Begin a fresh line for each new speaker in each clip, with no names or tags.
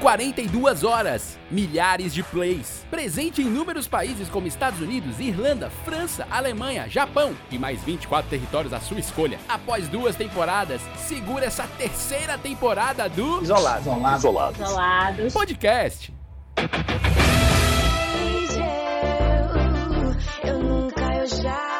42 horas, milhares de plays. Presente em inúmeros países como Estados Unidos, Irlanda, França, Alemanha, Japão e mais 24 territórios à sua escolha. Após duas temporadas, segura essa terceira temporada do
Isolado.
Isolado. Isolado.
Isolados.
podcast.
Eu, eu nunca, eu já.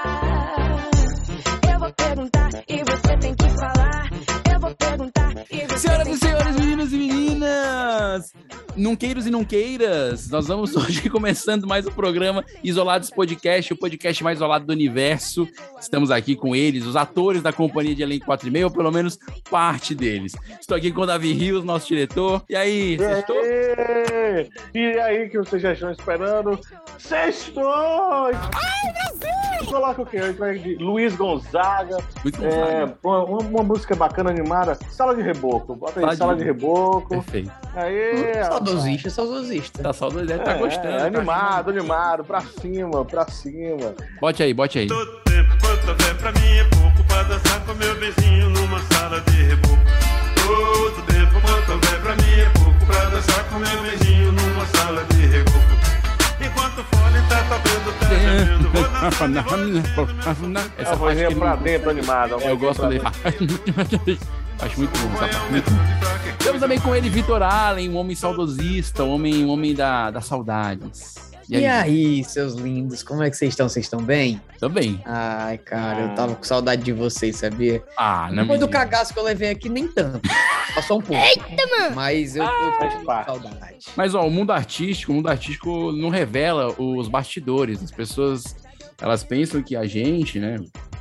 Eu vou perguntar e você tem que falar. Eu vou perguntar e você
Senhoras
tem
e
que
senhores, meninos e meninas, nunqueiros e nunqueiras, nós vamos hoje começando mais um programa Isolados Podcast, o podcast mais isolado do universo. Estamos aqui com eles, os atores da companhia de Elenco 4 e meio, ou pelo menos parte deles. Estou aqui com o Davi Rios, nosso diretor. E aí,
É,
sextou?
Ê, E aí que vocês já estão esperando? Sextou! Ai, Brasil! Coloca o quê? De Luiz Gonzaga,
Muito bom,
é,
Fábio.
uma, uma música bacana animada, Sala de Reboco. Bota aí,
Sala Tá de
Sala de Reboco.
Perfeito.
Aí,
Saudosista.
saudosista.
Tá saudoso, deve
é,
tá gostando.
é,
tá
animado, animado, pra cima, pra cima.
achando. Bote aí, bote aí.
Todo tempo quanto houver pra mim é pouco Pra dançar com meu vizinho numa sala de reboco Todo tempo quanto houver pra mim é pouco Pra dançar com meu vizinho numa sala de reboco Enquanto o fole tá tocando, tá
É.
gemendo Vou dançando e vou mexendo meu corpo.
Essa parte que
a vozinha
ele-
pra dentro, animada.
Eu gosto dele. Acho muito bom essa parte. Muito bom. Estamos também com ele, Vitor Allen, um homem saudosista, um homem, um homem da, da saudades.
E aí, seus lindos, como é que vocês estão? Vocês estão bem?
Também.
Ai, cara, eu tava com saudade de vocês, sabia?
Ah, não me
Depois do
diga.
cagaço que eu levei aqui, nem tanto. Passou um pouco. Eita, mano! Mas eu
Ah,
tô
faz
com
parte.
saudade.
Mas ó, o mundo artístico, o mundo artístico não revela os bastidores. As pessoas, elas pensam que a gente, né,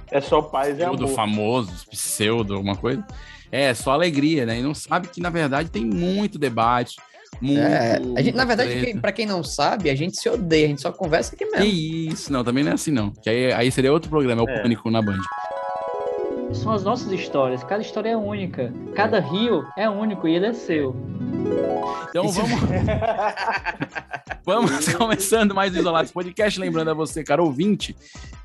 É só paz e
pseudo
amor.
famoso, pseudo, alguma coisa, é só alegria, né? E não sabe que na verdade tem muito debate, muito.
É, a gente, na
treta.
verdade, quem- pra quem não sabe, a gente se odeia, a gente só conversa aqui
Que
mesmo.
isso, não, também não é assim não. Que aí, aí seria outro programa, é o
É.
Pânico na Band.
são as nossas histórias. Cada história é única. Cada rio é único e ele é seu.
Então
Isso-
vamos. vamos começando mais o Isolados Podcast. Lembrando a você, cara ouvinte,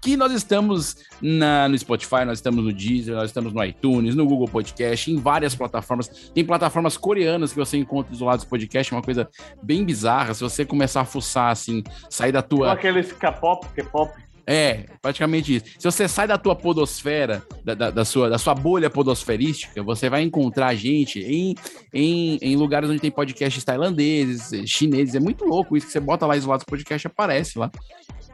que nós estamos na- no Spotify, nós estamos no Deezer, nós estamos no iTunes, no Google Podcast, em várias plataformas. Tem plataformas coreanas que você encontra o Isolados Podcast, uma coisa bem bizarra. Se você começar a fuçar, assim, sair da
Com
tua.
aqueles K-pop, K-pop.
É, praticamente isso. Se você sai da tua podosfera, da, da- da sua, da sua bolha podosferística, você vai encontrar gente em, em, em lugares onde tem podcasts tailandeses, eh, chineses. É muito louco isso que você bota lá Isolados Podcast, aparece lá.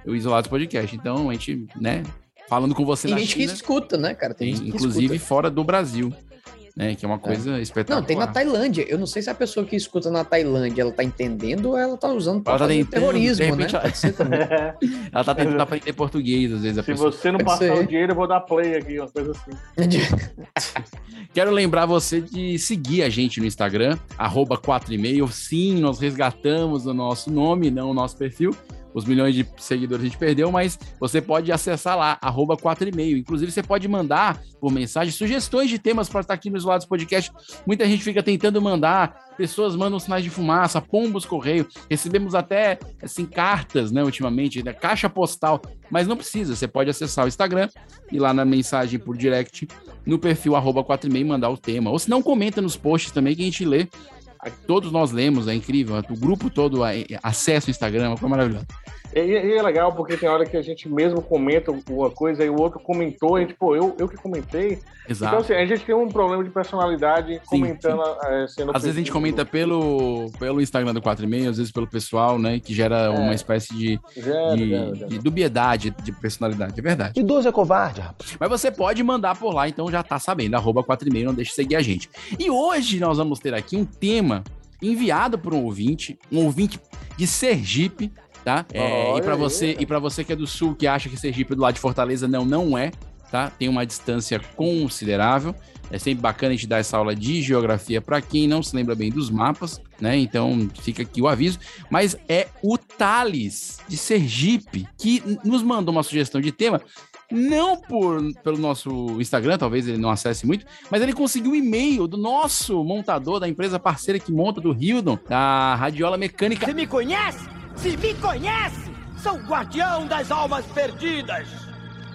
O Isolados Podcast. Então, a gente, né, falando com você
Tem
na
gente que
China,
escuta, né, cara? Tem
tem,
gente que
inclusive
escuta.
fora do Brasil, né, que é uma coisa espetacular.
Não, tem na Tailândia. Eu não sei se a pessoa que escuta na Tailândia, ela tá entendendo ou ela tá usando pra
Ela tá
fazer
tentando,
terrorismo,
de repente
né?
ela-
Pode ser também.
Ela tá tentando aprender português, às vezes, a
Se
pessoa.
você não
Pode
passar
ser.
o dinheiro, eu vou dar play aqui, uma coisa assim.
Quero lembrar você de seguir a gente no Instagram, arroba 4 e meio. Sim, nós resgatamos o nosso nome, não o nosso perfil. Os milhões de seguidores a gente perdeu, mas você pode acessar lá, arroba 4 e meio. Inclusive, você pode mandar por mensagem sugestões de temas para estar aqui no Isolados Podcast. Muita gente fica tentando mandar, pessoas mandam sinais de fumaça, pombos correio. Recebemos até, assim, cartas, né, ultimamente, né, caixa postal. Mas não precisa, você pode acessar o Instagram e lá na mensagem por direct no perfil arroba 46 mandar o tema. Ou se não, comenta nos posts também que a gente lê. Todos nós lemos, é incrível. O grupo todo é, é, acessa o Instagram, é uma coisa maravilhosa.
E, e é legal porque tem hora que a gente mesmo comenta uma coisa e o outro comentou, e tipo, eu, eu que comentei. Então,
Exato.
assim, a gente tem um problema de personalidade comentando, eh, sendo.
Às vezes a gente
preciso.
comenta pelo, pelo Instagram do 46, às vezes pelo pessoal, né? Que gera uma espécie de,
Gera,
de,
gera, gera.
de dubiedade de personalidade, é verdade.
Idoso é covarde, rapaz.
Mas você pode mandar por lá, então já tá sabendo. Arroba 4 e meio, não deixe de seguir a gente. E hoje nós vamos ter aqui um tema enviado por um ouvinte, um ouvinte de Sergipe, tá? É, e
Olha
para
aí,
você e para você que é do sul que acha que Sergipe é do lado de Fortaleza, não, não é, tá? Tem uma distância considerável. É sempre bacana a gente dar essa aula de geografia para quem não se lembra bem dos mapas, né? Então fica aqui o aviso. Mas é o Thales, de Sergipe, que n- nos mandou uma sugestão de tema, não por, pelo nosso Instagram, talvez ele não acesse muito, mas ele conseguiu o e-mail do nosso montador, da empresa parceira que monta, do Hildon, da Radiola Mecânica.
Você me conhece? Se me conhece, sou o guardião das almas perdidas.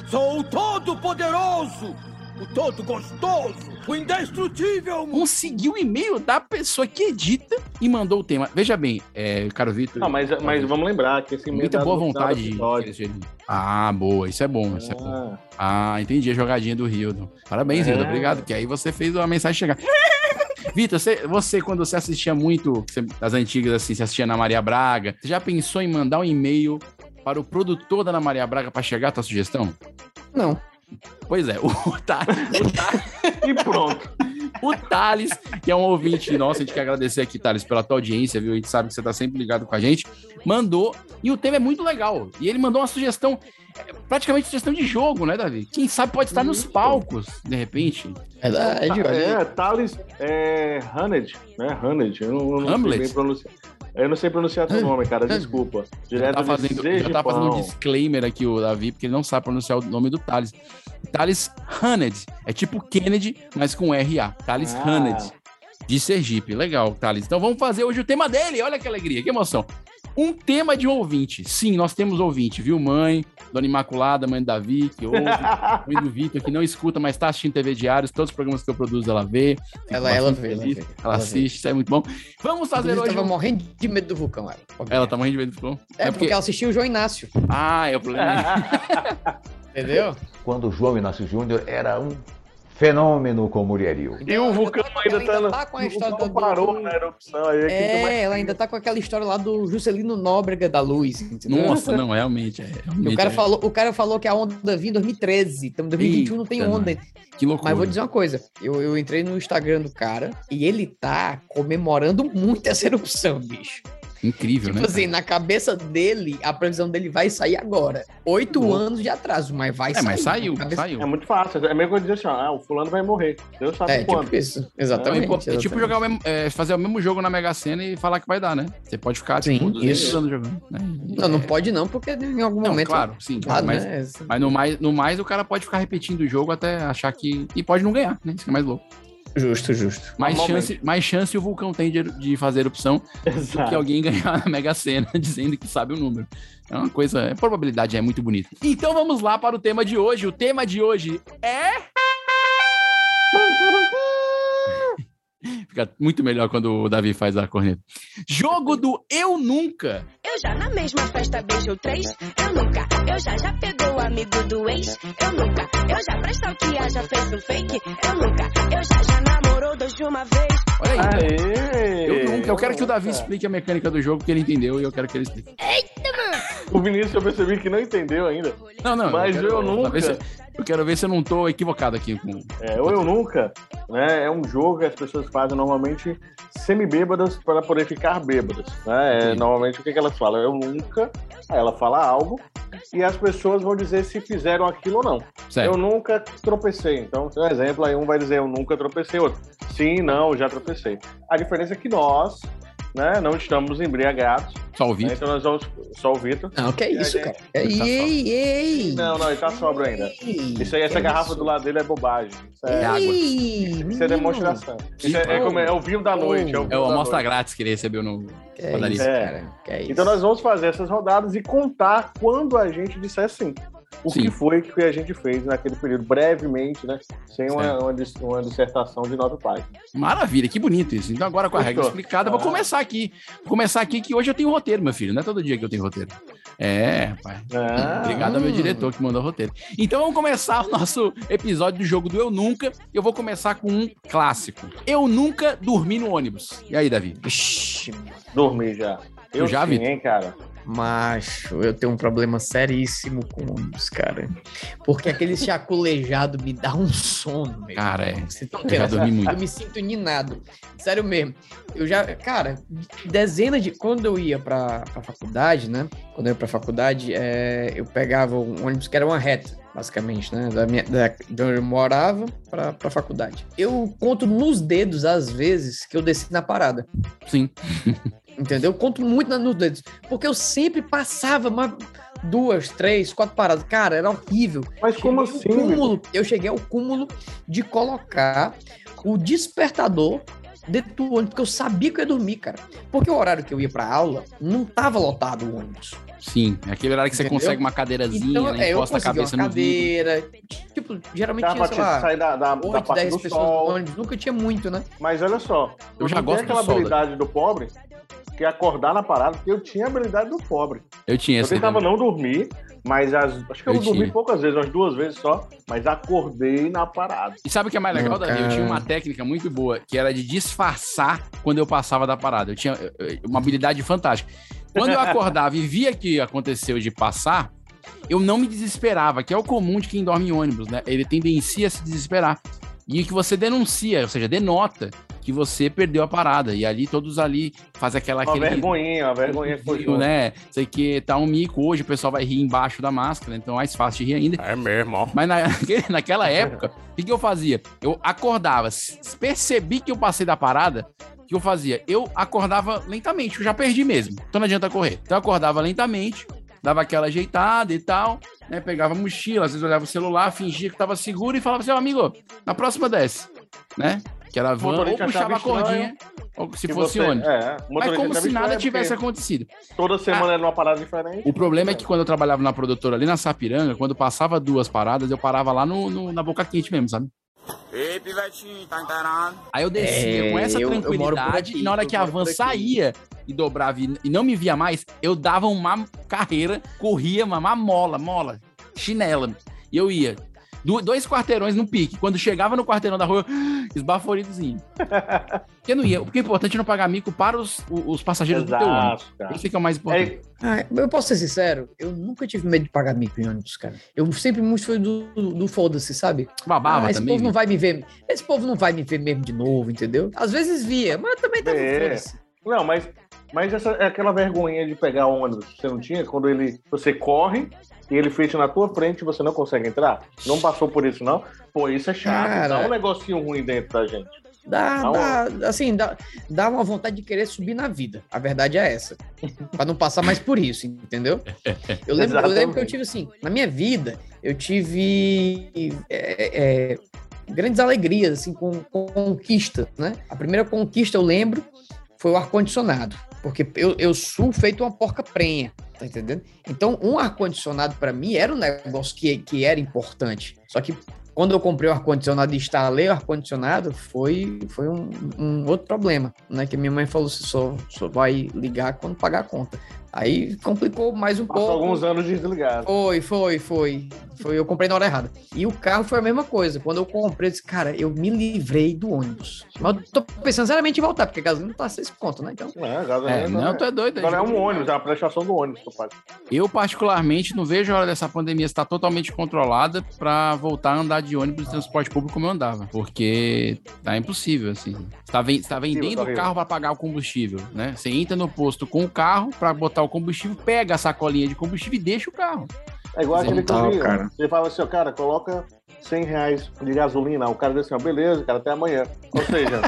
Sou o todo-poderoso. o todo gostoso, o indestrutível.
Conseguiu o e-mail da pessoa que edita e mandou o tema. Veja bem, é, caro Vitor.
Não, mas, mas vamos lembrar que esse
Muita boa vontade. de-
Pode.
Ah, boa. Isso é bom. Isso é bom. Ah, entendi a jogadinha do Rildo. Parabéns,
É.
Rildo. Obrigado, que aí você fez a mensagem chegar. Vitor, você, você, quando você assistia muito, você- das antigas, assim, você assistia na Maria Braga, você já pensou em mandar um e-mail para o produtor da Ana Maria Braga para chegar a tua sugestão?
Não.
Pois é, o, Ta-
E pronto.
o Thales, que é um ouvinte nosso, a gente quer agradecer aqui, Thales, pela tua audiência, viu? A gente sabe que você tá sempre ligado com a gente. Mandou, e o tema é muito legal. E ele mandou uma sugestão, é, praticamente sugestão de jogo, né, Davi? Quem sabe pode estar nos palcos, de repente.
tá,
É, da- é de olha.
Tá
É, Thales é, Haned, né? Haned. Eu não, eu não sei
Hamlet?
bem pronunciar. Eu não sei pronunciar teu nome, cara. Desculpa.
Já
Direto
tá fazendo, já tá fazendo um
Zegipão.
disclaimer aqui o Davi, porque ele não sabe pronunciar o nome do Thales. Thales Haned. É tipo Kennedy, mas com RA. Thales
Ah.
Haned. De Sergipe. Legal, Thales. Então vamos fazer hoje o tema dele. Olha que alegria, que emoção. Um tema de um ouvinte. Sim, nós temos ouvinte, viu? Mãe, Dona Imaculada, mãe do Davi, que ouve. Mãe do Vitor, que não escuta, mas tá assistindo TV Diários, todos os programas que eu produzo ela vê. Fico
Ela, ela
bastante
vê, ela
feliz.
vê.
Ela assiste, isso é muito bom. Vamos fazer
Inclusive,
hoje.
tava
um-
morrendo de medo do vulcão, ela.
Ela tá morrendo de medo do Fulano?
É porque ela assistiu o João Inácio,
Ah, é o problema.
entendeu?
Quando o João Inácio Júnior era um fenômeno com mulherio.
E o vulcão
Então Ela ainda
ainda tá, no-
tá com a
o
história
vulcão
do-
parou né? na erupção aí. aqui tem mais-
É, ela ainda tá com aquela história lá do Juscelino Nóbrega da Luz, entendeu?
Nossa, não, realmente. É, realmente
O cara,
é.
falou, o cara falou que a onda vinha em 2013. Então, em 2021 não tem
Eita,
onda.
Que loucura.
Mas vou dizer uma coisa: eu, eu entrei no Instagram do cara e ele tá comemorando muito essa erupção, bicho.
Incrível,
Tipo
né?
assim, na cabeça dele, a previsão dele vai sair agora. Oito anos de atraso, mas vai
cara? É,
sair.
mas saiu,
Na assim, cabeça-
saiu.
É muito fácil. É meio que eu dizer assim, ó, ah, o fulano vai morrer. Deus sabe
É,
quando.
tipo isso.
É,
Exatamente.
tipo- é tipo jogar o mesmo- é, fazer o mesmo jogo na Mega Sena e falar que vai dar, né? Você pode ficar
Sim,
tipo, 200
isso.
anos jogando. Né? E-
Não, não pode não, porque em algum
Não,
momento.
claro, sim.
Claro,
mas
né?
mas no, mais, no mais, o cara pode ficar repetindo o jogo até achar que. E pode não ganhar, né? Isso que é mais louco.
Justo, justo.
Mais
Normalmente.
chance, mais chance o vulcão tem de, de fazer erupção do
Exato.
que alguém ganhar na Mega Sena dizendo que sabe o número. É uma coisa, a probabilidade é muito bonita. Então vamos lá para o tema de hoje. O tema de hoje é. Fica muito melhor quando o Davi faz a corneta. Jogo do Eu Nunca.
Eu já na mesma festa beijo três. Eu nunca, eu já já pegou o amigo do ex. Eu nunca, eu já pra stalkear já fez um fake. Eu nunca, eu já já namorou dois de uma vez.
Olha aí. né?
Aê!
Eu nunca. Eu quero que o Davi
Nunca.
explique a mecânica do jogo, porque ele entendeu e eu quero que ele explique.
O Vinícius eu percebi que não entendeu ainda.
Não, não.
Mas
quero-
eu nunca.
ver se- eu quero ver se eu não tô equivocado aqui com.
É, ou eu nunca, né? É um jogo que as pessoas fazem normalmente semi-bêbadas para poder ficar bêbadas. Né? É,
Entendi.
normalmente o que, que elas falam? Eu nunca, aí ela fala algo e as pessoas vão dizer se fizeram aquilo ou não. Eu
Certo.
nunca tropecei. Então, por exemplo, aí um vai dizer eu nunca tropecei, outro. Sim, não, eu já tropecei. A diferença é que nós, né, não estamos embriagados,
Só
né,
ouvi.
então nós vamos só o Vitor.
Não, que Ah, isso, cara. É, Ei,
Tá
ei, ei.
Não, não, ele tá sobro ainda.
Ei,
Isso aí, essa
que
garrafa
isso?
do lado dele é bobagem. Isso é,
É água.
Ei,
isso é
menino.
demonstração. Isso é, é como é, é o vinho da noite. É o, vinho
É o
da
amostra
noite.
grátis que ele recebeu no.
Que é
Padaria.
isso,
É.
cara. Que é isso.
Então nós vamos fazer essas rodadas e contar quando a gente disser sim. O
Sim.
que foi que a gente fez naquele período, brevemente, né? Sem uma, uma, dis- uma dissertação de nove páginas.
Maravilha, que bonito isso. Então agora com a regra
Gostou?
explicada, vou
Ah.
começar aqui. Vou começar aqui que hoje eu tenho roteiro, meu filho. Não é todo dia que eu tenho roteiro. É, pai.
Ah,
Obrigado ao meu
hum.
diretor que mandou o roteiro. Então vamos começar o nosso episódio do jogo do Eu Nunca. Eu vou começar com um clássico. Eu nunca dormi no ônibus. E aí, Davi?
Ixi,
dormi já.
Eu já,
sim,
Vitor.
hein, cara?
macho, eu tenho um problema seríssimo com ônibus, cara. Porque aquele chaculejado me dá um sono, meu.
Cara, é.
Você tá
Eu já
vendo?
dormi
Eu
muito.
me sinto ninado. Sério mesmo. Eu já, cara, dezenas de. Quando eu ia pra, pra faculdade, né? Quando eu ia pra faculdade, é, eu pegava um ônibus que era uma reta, basicamente, né? Da minha, da, de onde eu morava pra, pra faculdade. Eu conto nos dedos, às vezes, que eu desci na parada.
Sim.
Entendeu? Eu conto muito na- nos dedos. Porque eu sempre passava uma, duas, três, quatro paradas. Cara, era horrível.
Mas como
Cheguei ao
assim? Vitor?
cúmulo- eu cheguei ao cúmulo de colocar o despertador dentro do ônibus, porque eu sabia que eu ia dormir, cara. Porque o horário que eu ia pra aula, não tava lotado o ônibus.
Sim, é aquele horário que você
Entendeu?
consegue uma cadeirazinha,
Então,
né,
é, eu
encosta a
consegui uma
cabeça no vidro.
cadeira. Tipo, geralmente
Dá
tinha,
pra te
sei lá,
sair da, da, da
8,
parte
10
do
pessoas
sol.
no ônibus. Nunca tinha muito, né?
Mas olha só,
Eu já
não
gosto
tem
do
aquela
sol. né? da-
habilidade do pobre, que é acordar na parada, porque eu tinha a habilidade do pobre.
Eu tinha
Eu
esse
tentava não dormir, mas as- acho que eu,
Eu
dormi
tinha.
poucas vezes, umas duas vezes só, mas acordei na parada.
E sabe o que é mais legal,
Não,
Davi? Eu
cara.
tinha uma técnica muito boa, que era de disfarçar quando eu passava da parada. Eu tinha eh, eh, uma habilidade fantástica. Quando eu acordava e via que aconteceu de passar, eu não me desesperava, que é o comum de quem dorme em ônibus, né? Ele tendencia a se desesperar. E que você denuncia, ou seja, denota que você perdeu a parada. E ali, todos ali, fazem aquela...
Uma
aquele-
vergonhinha, uma vergonhinha que foi
Rio, né? Sei que tá um mico hoje, o pessoal vai rir embaixo da máscara, então é mais fácil de rir ainda.
É mesmo, ó.
Mas na, naquela época, o que, que eu fazia? Eu acordava, s- percebi que eu passei da parada, o que eu fazia? Eu acordava lentamente, eu já perdi mesmo, então não adianta correr. Então eu acordava lentamente, dava aquela ajeitada e tal, né? Pegava a mochila, às vezes olhava o celular, fingia que tava seguro e falava assim, ó, amigo, na próxima desce, né? Que era van, ou
motorista
puxava a
achava
cordinha, ou se
Que
fosse
você-
ônibus.
É, o
Mas
motorista
como se
também
nada
é,
tivesse
porque
acontecido.
Toda semana era uma parada diferente.
O problema é que quando eu trabalhava na produtora ali na Sapiranga, quando passava duas paradas, eu parava lá no, no- na boca quente mesmo, sabe?
Ei, pivetinho, tá encarando?
Aí eu descia
É,
com essa
eu- eu moro por
tranquilidade
aqui,
e na hora
eu
que a
moro por
van
aqui.
saía e dobrava e, e não me via mais, eu dava uma carreira, corria uma mamola, mola, chinela. E eu ia. Du- dois quarteirões no pique. Quando chegava no quarteirão da rua, eu, esbaforidozinho. Porque não ia. Porque é importante é não pagar mico para os, o- os passageiros do teu ônibus.
Exato, cara.
Esse que é o mais importante.
É,
Ah, eu posso ser sincero, eu nunca tive medo de pagar mico em ônibus, cara. Eu sempre muito fui do, do, do foda-se, sabe?
Babava
ah, esse
também. né?
povo não
viu?
vai me ver. Esse povo não vai me ver mesmo de novo, entendeu? Às vezes via, mas também tava
É.
foda-se.
Não, mas, mas essa é aquela vergonhinha de pegar ônibus que você não tinha quando ele você corre e ele fecha na tua frente e você não consegue entrar? Não passou por isso, não? Pô, isso é chato.
Cara.
Dá um negocinho ruim dentro da gente.
Dá,
Dá
dá, assim, dá, dá uma vontade de querer subir na vida. A verdade é essa. Pra não passar mais por isso, entendeu? Eu lembro, eu lembro que eu
Exatamente.
tive, assim, na minha vida, eu tive é, é, grandes alegrias, assim, com, com conquistas, né? A primeira conquista, eu lembro, foi o ar-condicionado. Porque eu, eu suo feito uma porca prenha, tá entendendo? Então, um ar-condicionado pra mim era um negócio que, que era importante. Só que quando eu comprei o ar-condicionado e instalei o ar-condicionado, foi, foi um, um outro problema, né? Que minha mãe falou assim, só, só vai ligar quando pagar a conta. Aí complicou mais um
Passou
pouco.
alguns anos desligado.
Foi, foi, foi. Foi, eu comprei na hora errada. E o carro foi a mesma coisa. Quando eu comprei, eu disse, cara, eu me livrei do ônibus. Mas eu tô pensando seriamente em voltar, porque a gasolina tá seis conto, né? Então,
Não, agora
É,
não,
não, tu é doido.
agora é
gente.
um ônibus, é uma prestação do ônibus, papai.
Eu, particularmente, não vejo a hora dessa pandemia estar totalmente controlada pra voltar a andar de ônibus e transporte público como eu andava. Porque tá impossível, assim. Você tá, ven- você tá vendendo
Impossível,
o
tá
carro pra pagar o combustível, né? Você entra no posto com o carro pra botar o combustível, pega a sacolinha de combustível e deixa o carro.
É igual
Mas é
aquele que
brutal,
eu vi,
cara.
Ele falava assim, ó, cara, coloca 100 reais de gasolina. O cara disse assim, ó, beleza, cara, até amanhã. Ou seja,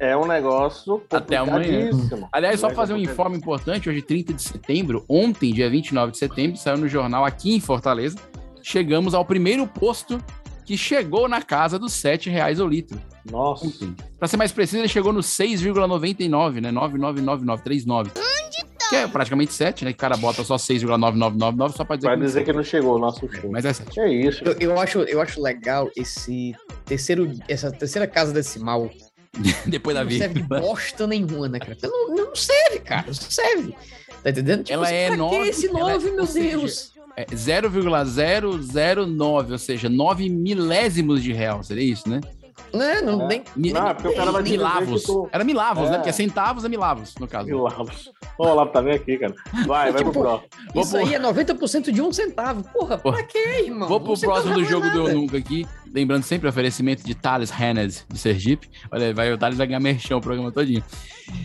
é um negócio
Até amanhã.
complicadíssimo.
Aliás, só
Mas
fazer um
acontece.
informe importante, hoje 30 de setembro, ontem, dia 29 de setembro, saiu no jornal aqui em Fortaleza, chegamos ao primeiro posto que chegou na casa dos R$ 7 reais o litro.
Nossa.
Ontem. Pra ser mais preciso, ele chegou no 6,99, né? 9999939. Que é praticamente 7, né? Que o cara bota só 6,9999 só pra dizer,
Vai
que
dizer que é não chegou o nosso filme.
Mas é 7.
É isso.
eu, eu acho, eu acho legal esse terceiro, essa terceira casa decimal.
Depois da
Não serve de
vírgula.
bosta nenhuma, né, cara? Não, não serve, cara. Não serve. Tá entendendo?
Ela é
pra
nove,
que esse
ela-
9,
ou
meu
seja,
Deus?
É 0,009, ou seja, 9 milésimos de real. Seria isso, né?
Né? Não,
É.
nem...
Mi-
Não, porque o cara vai dizer
milavos.
que tu-
Era milavos,
É.
né? Porque é centavos é milavos, no caso.
Milavos. Olha lá, tá bem aqui, cara. Vai, vai pro
Tipo,
próximo.
Vou
Isso
pro-
aí é 90% de um centavo. Porra, pra quê, irmão?
Vou pro
Um centavo
próximo
não
do
é
jogo do
nada.
Eu Nunca aqui. Lembrando sempre o oferecimento de Thales Hannes, de Sergipe. Olha, vai, o Thales vai ganhar merchan o programa todinho.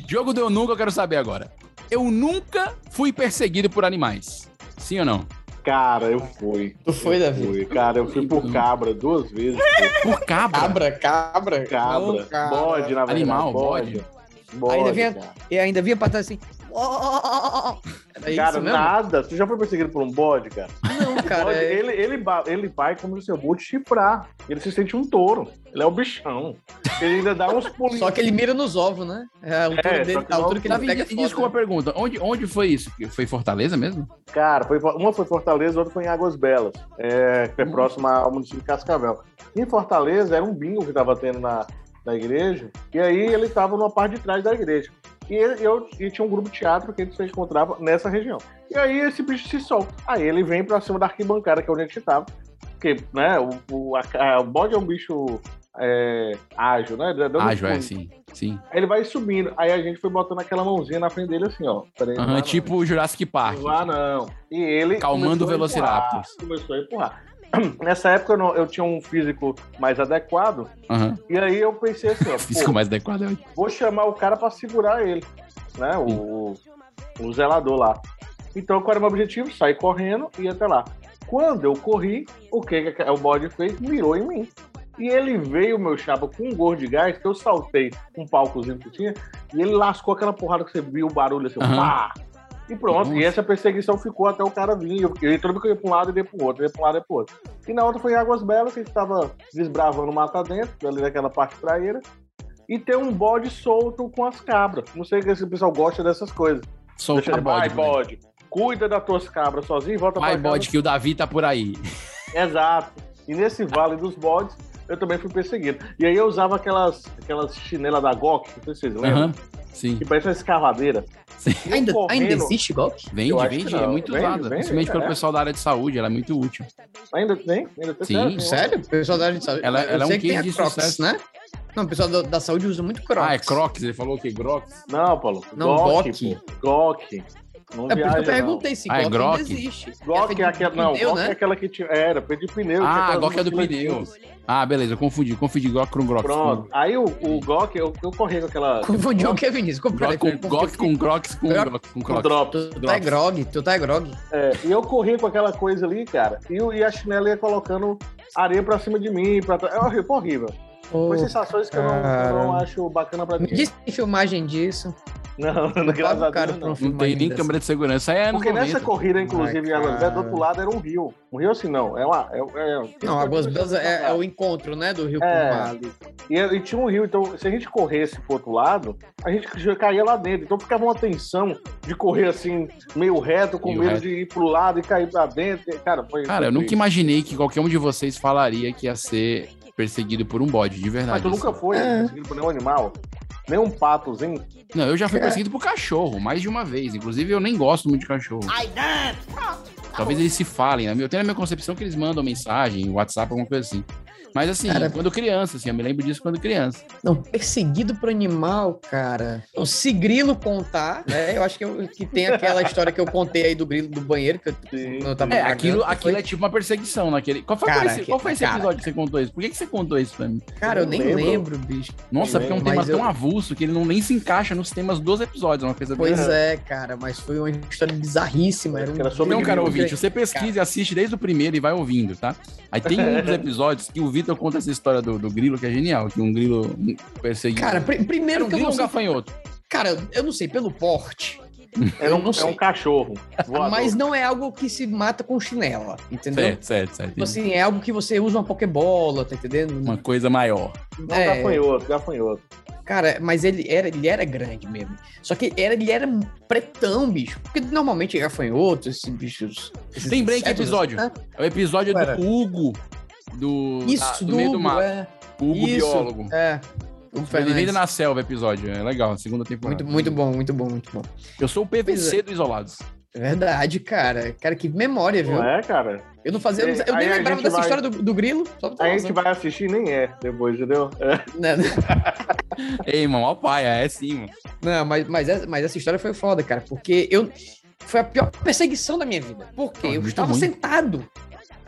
Jogo do Eu Nunca, eu quero saber agora. Eu nunca fui perseguido por animais. Sim ou não?
Cara, eu fui.
Tu foi, Davi?
Fui, cara, eu fui por cabra duas vezes.
Por cabra.
Cabra, cabra.
Cabra.
Não, cara.
Bode, na verdade.
Animal,
Bode,
Ainda vinha-
cara.
E ainda vinha pra trás assim. ó, ó, ó, ó, ó. Era
Cara,
isso mesmo?
nada. Tu já foi perseguido por um bode, cara?
Não, cara. é-
ele, ele, ba- ele vai, como disse, eu vou te chifrar. Ele se sente um touro. Ele é o bichão. Ele ainda dá uns pulinhos.
Só que ele mira nos ovos, né? É a altura,
É,
dele,
só que
a altura
o
que ele
Davi,
pega. é
e
foda.
desculpa a pergunta, onde, onde foi isso? Que Foi em Fortaleza mesmo?
Cara, foi- uma foi em Fortaleza, outra foi em Águas Belas, é, que é
Hum.
próxima ao município de Cascavel. Em Fortaleza, era um bingo que tava tendo na, na igreja, e aí ele tava numa parte de trás da igreja. E, ele- eu, e tinha um grupo de teatro que a gente se encontrava nessa região. E aí esse bicho se solta. Aí ele vem pra cima da arquibancada, que é onde a gente tava. Porque, né, o, o, a- a- o bode é um bicho é, ágil, né? Dá- dá um
Ágil, é,
pulo.
sim. Sim.
Aí ele vai subindo. Aí a gente foi botando aquela mãozinha na frente dele, assim, ó. Peraí, não
Aham,
vai não.
tipo
né?
o Jurassic Park.
Não vá, não. E ele.
Calmando
começou
o
a
Velociraptor.
empurrar, Começou a empurrar. Nessa época eu, não- eu tinha um físico mais adequado,
Aham.
e aí eu pensei assim, ó,
Físico
pô,
mais adequado é o
vou chamar o cara pra segurar ele, né, o, o zelador lá. Então qual era o meu objetivo? Sair correndo e ir até lá. Quando eu corri, o que, que o bode fez? Mirou em mim. E ele veio, meu chapa, com um gordo de gás, que eu saltei um palcozinho que tinha, e ele lascou aquela porrada que você viu o barulho assim,
Aham.
pá! E pronto,
Nossa.
e essa perseguição ficou até o cara vir. Eu, eu, toda vez que eu ia pra um lado, ele ia pro outro, eu ia pra um lado, eu ia pro outro. E na outra foi em Águas Belas, que a gente tava desbravando o mata dentro, ali naquela parte praieira. E tem um bode solto com as cabras. Não sei se o pessoal gosta dessas coisas. Deixa
soltar
ele, vai,
é bode. moleque.
bode. Cuida das tuas cabras sozinho e volta
Vai,
pra casa.
bode, que o Davi tá por aí.
Exato. E nesse vale dos bodes, eu também fui perseguido. E aí eu usava aquelas, aquelas chinelas da GOK, não sei se vocês lembram,
Aham. Sim.
que parece uma escavadeira.
Sim.
E eu
Ainda, ainda
correndo-
existe golpe?
Vende,
Eu acho que
vende,
não.
é muito
Vende,
usada.
vende,
Principalmente pelo
é.
pessoal da área de saúde, ela é muito útil.
Ainda tem? Ainda tem? né?
Sim,
Sério?
Sério? O pessoal da área de saúde.
Ela-
eu
ela é
sei
um
que tem
case
a
de
Crocs,
sucesso.
né? Não, o pessoal da, da saúde usa muito Crocs.
Ah, é Crocs, ele falou que Crocs.
Não, Paulo.
Não,
GOK.
GOK.
GOK. Não
É por isso que
viaja,
eu perguntei se
Ah, é
golpe
Grok?
ainda existe.
não. GOK é aquela. Não,
eu,
GOK é
né?
aquela que tinha. Era, foi de pneu. tinha
Ah,
aquelas
Glock é do pneu.
mochilas.
Ah, beleza, eu confundi. Confundi Glock com Grox.
Pronto. Aí o, o GOK, eu, eu corri com aquela.
Confundiu o que é Vinícius.
Glock com Glock com Grox com
Glock.
Grox com
Com
Crocs.
drop.
Tu tá é grog, tu tá é grog.
É, e eu corri com aquela coisa ali, cara. E, o- e a chinela ia colocando areia pra cima de mim. Pra trás. É horrível, horrível. Foi
é.
sensações que eu não, eu não
cara.
acho bacana pra
Me
ninguém.
diz que tem filmagem disso.
Não, graças
Paga
a
o cara
Deus,
pra um
não.
Não tem
filmagem
nem
dessa.
câmera de segurança. É,
Porque nessa corrida, inclusive, em
Ai,
Águas Belas, do
cara.
outro lado era um rio. Um rio assim, não. É uma. É, é-
Não, Águas Belas é, é o encontro, né? Do Rio com
É.
o mar ali.
E, e tinha um rio, então se a gente corresse pro outro lado, a gente já caía lá dentro. Então ficava uma tensão de correr assim, meio reto, com
Meio
medo
reto.
de ir pro lado e cair pra dentro. E, Cara, foi.
Cara, eu
foi
nunca imaginei que qualquer um de vocês falaria que ia ser perseguido por um bode, de
Mas
verdade.
tu nunca foi
É.
perseguido por nenhum animal? Nem um patozinho?
Não, eu já
É.
fui perseguido por cachorro, mais de uma vez. Inclusive, eu nem gosto muito de cachorro.
né?
Talvez eles se falem. né? Eu tenho a minha concepção que eles mandam mensagem, WhatsApp, alguma coisa assim. Mas assim,
Cara.
quando criança, assim, eu me lembro disso quando criança.
Não, perseguido por animal, cara. Não, se grilo contar, né? Eu acho que, eu- que tem aquela história que eu contei aí do grilo do banheiro, que eu,
Sim.
quando eu tava
É,
cagando,
aquilo,
não foi?
aquilo é tipo uma perseguição naquele. Qual foi,
Cara,
esse, qual foi esse
cara.
episódio que você contou isso? Por que, que você contou isso pra mim?
Cara, eu
Eu
nem
lembro.
lembro, bicho.
Nossa, porque é um
Mas
tema
eu-
tão avulso que ele não nem se encaixa nos temas dos episódios. É uma coisa
Pois
bem...
é, cara, mas foi uma história bizarríssima. Era um...
Uhum. Era sobre
Então,
Não,
cara
eu
ouvinte, você pesquisa e assiste desde o primeiro e vai ouvindo, tá? Aí tem um dos episódios que o Vitor conta essa história do, do grilo, que é genial, que um grilo perseguiu.
Cara, pri-
era
primeiro
um
que eu
grilo
não
ou um
sei.
gafanhoto?
Cara, eu não sei, pelo porte.
É
Eu
um,
não
é um
sei.
cachorro. voador.
Mas não é algo que se mata com chinela, entendeu?
Certo, certo, certo.
Tipo assim, é algo que você usa uma pokebola, tá entendendo?
Uma coisa maior.
Não,
é.
um gafanhoto, gafanhoto.
Cara, mas ele era, ele era grande mesmo. Só que era, ele era um pretão, bicho. Porque normalmente gafanhoto, esses assim, bichos. esses
Lembrei que
insetos,
episódio.
né?
É o episódio
Cara.
do Hugo, do, ah,
Isso, do,
meio do
Hugo,
mato.
é.
O Hugo,
Isso.
biólogo.
É. O
Sobrevivendo
Fernandes.
na selva, episódio. É legal, segunda temporada.
Muito, muito é. bom, muito bom, muito bom.
Eu sou o PVC do Isolados.
Verdade, cara. Cara, que memória, viu?
Não é, cara?
Eu não fazia.
É,
eu nem
aí a
lembrava
gente
dessa
vai-
história do, do grilo. Só pra ter
Aí a
noção.
gente vai assistir e nem é depois, entendeu? É.
Né?
Ei, irmão, ó paia, é sim, mano.
Não, mas, mas, essa, mas essa história foi foda, cara, porque eu. Foi a pior perseguição da minha vida.
Pô,
Porque eu
Ah, muito
estava
ruim.
sentado.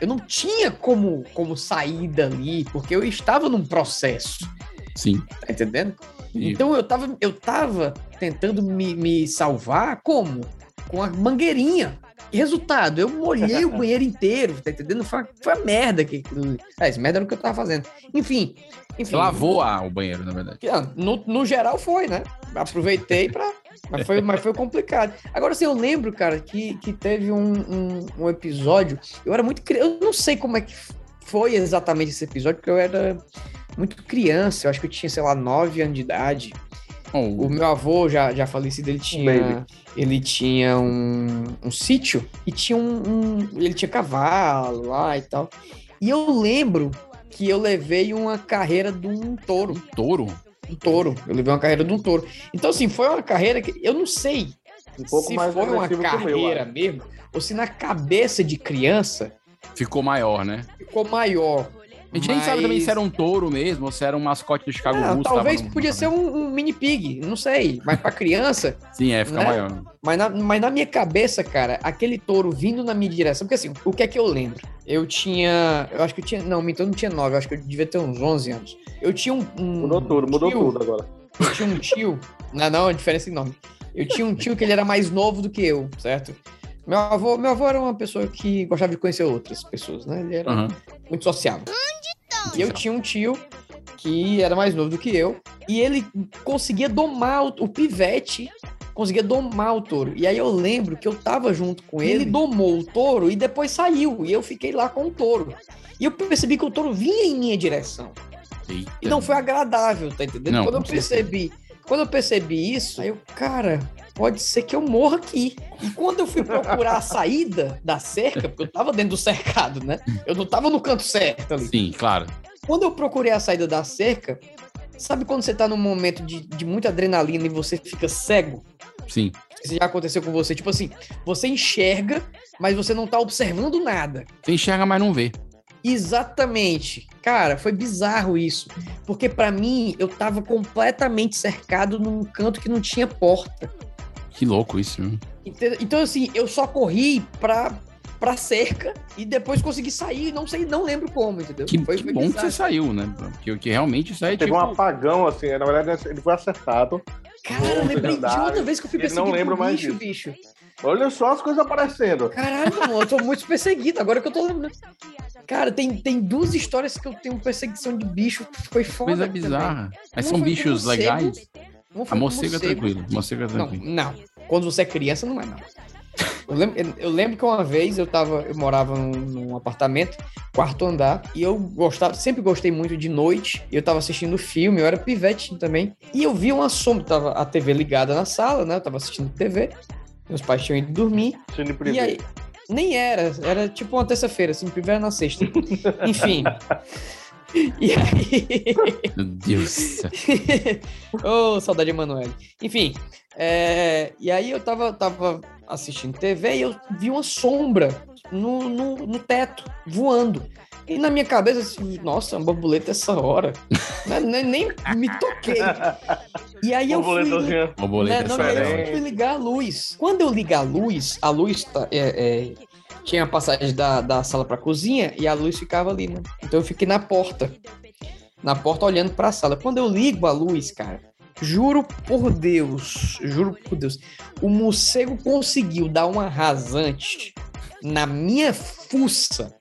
Eu não tinha como, como sair dali, porque eu estava num processo,
Sim.
tá entendendo?
E-
Então eu tava, eu tava tentando me, me salvar como? Com a mangueirinha. E resultado, eu molhei o banheiro inteiro, tá entendendo? Foi, uma- foi a merda que. É, isso merda era o que eu tava fazendo. Enfim. enfim
Lavou a- o banheiro, na verdade.
que, ah, No, no geral foi, né? Aproveitei pra Mas foi, mas foi complicado. Agora, assim, eu lembro, cara, que, que teve um, um, um episódio. Eu era muito criança. Eu não sei como é que foi exatamente esse episódio, porque eu era muito criança. Eu acho que eu tinha, sei lá, 9 anos de idade.
Bom,
O meu avô, já, já falecido, ele tinha,
Baby.
ele tinha um, um sítio e tinha um, um- Ele tinha cavalo lá e tal. E eu lembro que eu levei uma carreira de um touro.
touro?
Um touro. Eu levei uma carreira de um touro. Então, assim, foi uma carreira que. Eu não sei
Um pouco
se
mais
foi uma
agressivo que o é. meu.
carreira
acho.
mesmo, ou se na cabeça de criança
Ficou maior, né?
ficou maior.
A gente nem sabe também
Mas-
se era um touro mesmo ou se era um mascote do Chicago
Ah,
Bulls. né? tava
talvez
no-
podia ser um, um mini pig, não sei. Mas pra criança,
Sim, é, fica
né?
maior.
mas na, mas na minha cabeça, cara, aquele touro vindo na minha direção. Porque assim, o que é que eu lembro? Eu tinha. Eu acho que eu tinha. Não, então eu não tinha nove, eu acho que eu devia ter uns 11 anos. Eu tinha um. um
Mudou tudo, mudou
tio-
tudo agora.
Eu tinha um tio. Não, não, a diferença é enorme. Eu tinha um tio que ele era mais novo do que eu, certo? Meu avô, meu avô era uma pessoa que gostava de conhecer outras pessoas, né? Ele era
Aham.
muito sociável. E eu tinha um tio que era mais novo do que eu, e ele conseguia domar o, o pivete, conseguia domar o touro. E aí eu lembro que eu tava junto com ele, ele domou o touro e depois saiu, e eu fiquei lá com o touro. E eu percebi que o touro vinha em minha direção.
Eita.
E não foi agradável, tá entendendo?
Não,
quando eu
com certeza.
percebi, quando eu percebi isso, aí eu, cara, pode ser que eu morra aqui. E quando eu fui procurar a saída da cerca, porque eu tava dentro do cercado, né? Eu não tava no canto certo ali.
Sim, claro.
Quando eu procurei a saída da cerca, sabe quando você tá num momento de, de muita adrenalina e você fica cego?
Sim.
Isso já aconteceu com você. Tipo assim, você enxerga, mas você não tá observando nada.
Você enxerga, mas não vê.
Exatamente. Cara, foi bizarro isso. Porque pra mim, eu tava completamente cercado num canto que não tinha porta.
Que louco isso. viu?
Entende? Então, assim, eu só corri pra, pra cerca e depois consegui sair. Não sei, não lembro como, entendeu?
Que, que bom que
bizarro.
você saiu, né? Porque que realmente isso aí é
Teve
tipo...
um apagão, assim, na verdade ele foi acertado.
Cara, eu
Bom,
lembrei de outra
lendário.
vez que eu fui
Ele não
perseguido
lembra
por
mais
bicho,
disso.
bicho.
Olha só as coisas aparecendo.
Caralho, mano, eu tô muito perseguido agora que eu tô lembrando. Cara, tem, tem duas histórias que eu tenho perseguição de bicho que foi foda.
Coisa
também.
bizarra. Mas
Uma
são
foi com
bichos
morcego,
legais.
uma
A
foi
morcega
com
é
morcego.
tranquila. A morcega é
Não,
tranquila.
não. Quando você é criança, não é, não. Eu lembro, eu lembro que uma vez eu tava, eu morava num, num apartamento, quarto andar, e eu gostava, sempre gostei muito de noite. e Eu tava assistindo filme, eu era pivete também. E eu vi uma sombra, tava a TV ligada na sala, né? Eu tava assistindo TV. Meus pais tinham ido dormir.
Cine
E aí,
privê.
nem era, era tipo uma terça-feira, assim, era na sexta. Enfim. E aí,
Meu Deus do céu.
Ô, saudade Emanuele. Enfim, é, e aí eu tava, tava assistindo TV e eu vi uma sombra no, no, no teto, voando. E na minha cabeça, assim, nossa, uma borboleta essa hora. Né, nem, nem me toquei. E aí eu fui, li-
Borboletazinha.
Uma boleta
né, não,
essa
não,
hora.
eu fui ligar a luz. Quando eu ligar a luz, a luz tá, é, é, tinha a passagem da, da sala pra cozinha e a luz ficava ali, né? Então eu fiquei na porta na porta olhando pra sala. Quando eu ligo a luz, cara, juro por Deus, juro por Deus, o morcego conseguiu dar uma rasante na minha fuça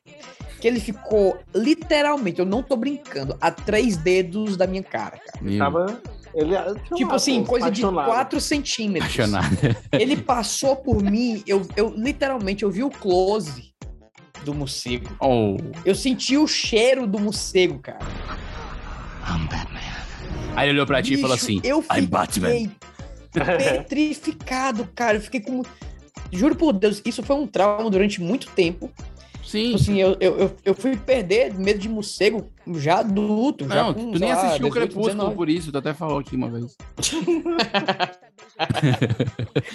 que ele ficou literalmente, eu não tô brincando, a três dedos da minha cara, cara.
Meu,
é. Tava. Ele, é ah,
Tipo assim, coisa de 4 centímetros.
apaixonado.
Ele passou por mim, eu, eu literalmente eu vi o close do morcego.
Oh.
Eu senti o cheiro do morcego, cara.
Aí ele olhou pra ti e falou
Bicho,
assim:
eu
I'm Batman.
fiquei petrificado, cara. Eu fiquei com. Juro por Deus, isso foi um trauma durante muito tempo.
Sim.
Tipo Assim, eu, eu, eu- eu fui perder medo de morcego já adulto. já
Não,
com,
tu nem
sei lá,
assistiu o
18,
Crepúsculo
19.
por isso, tu até falou aqui uma vez.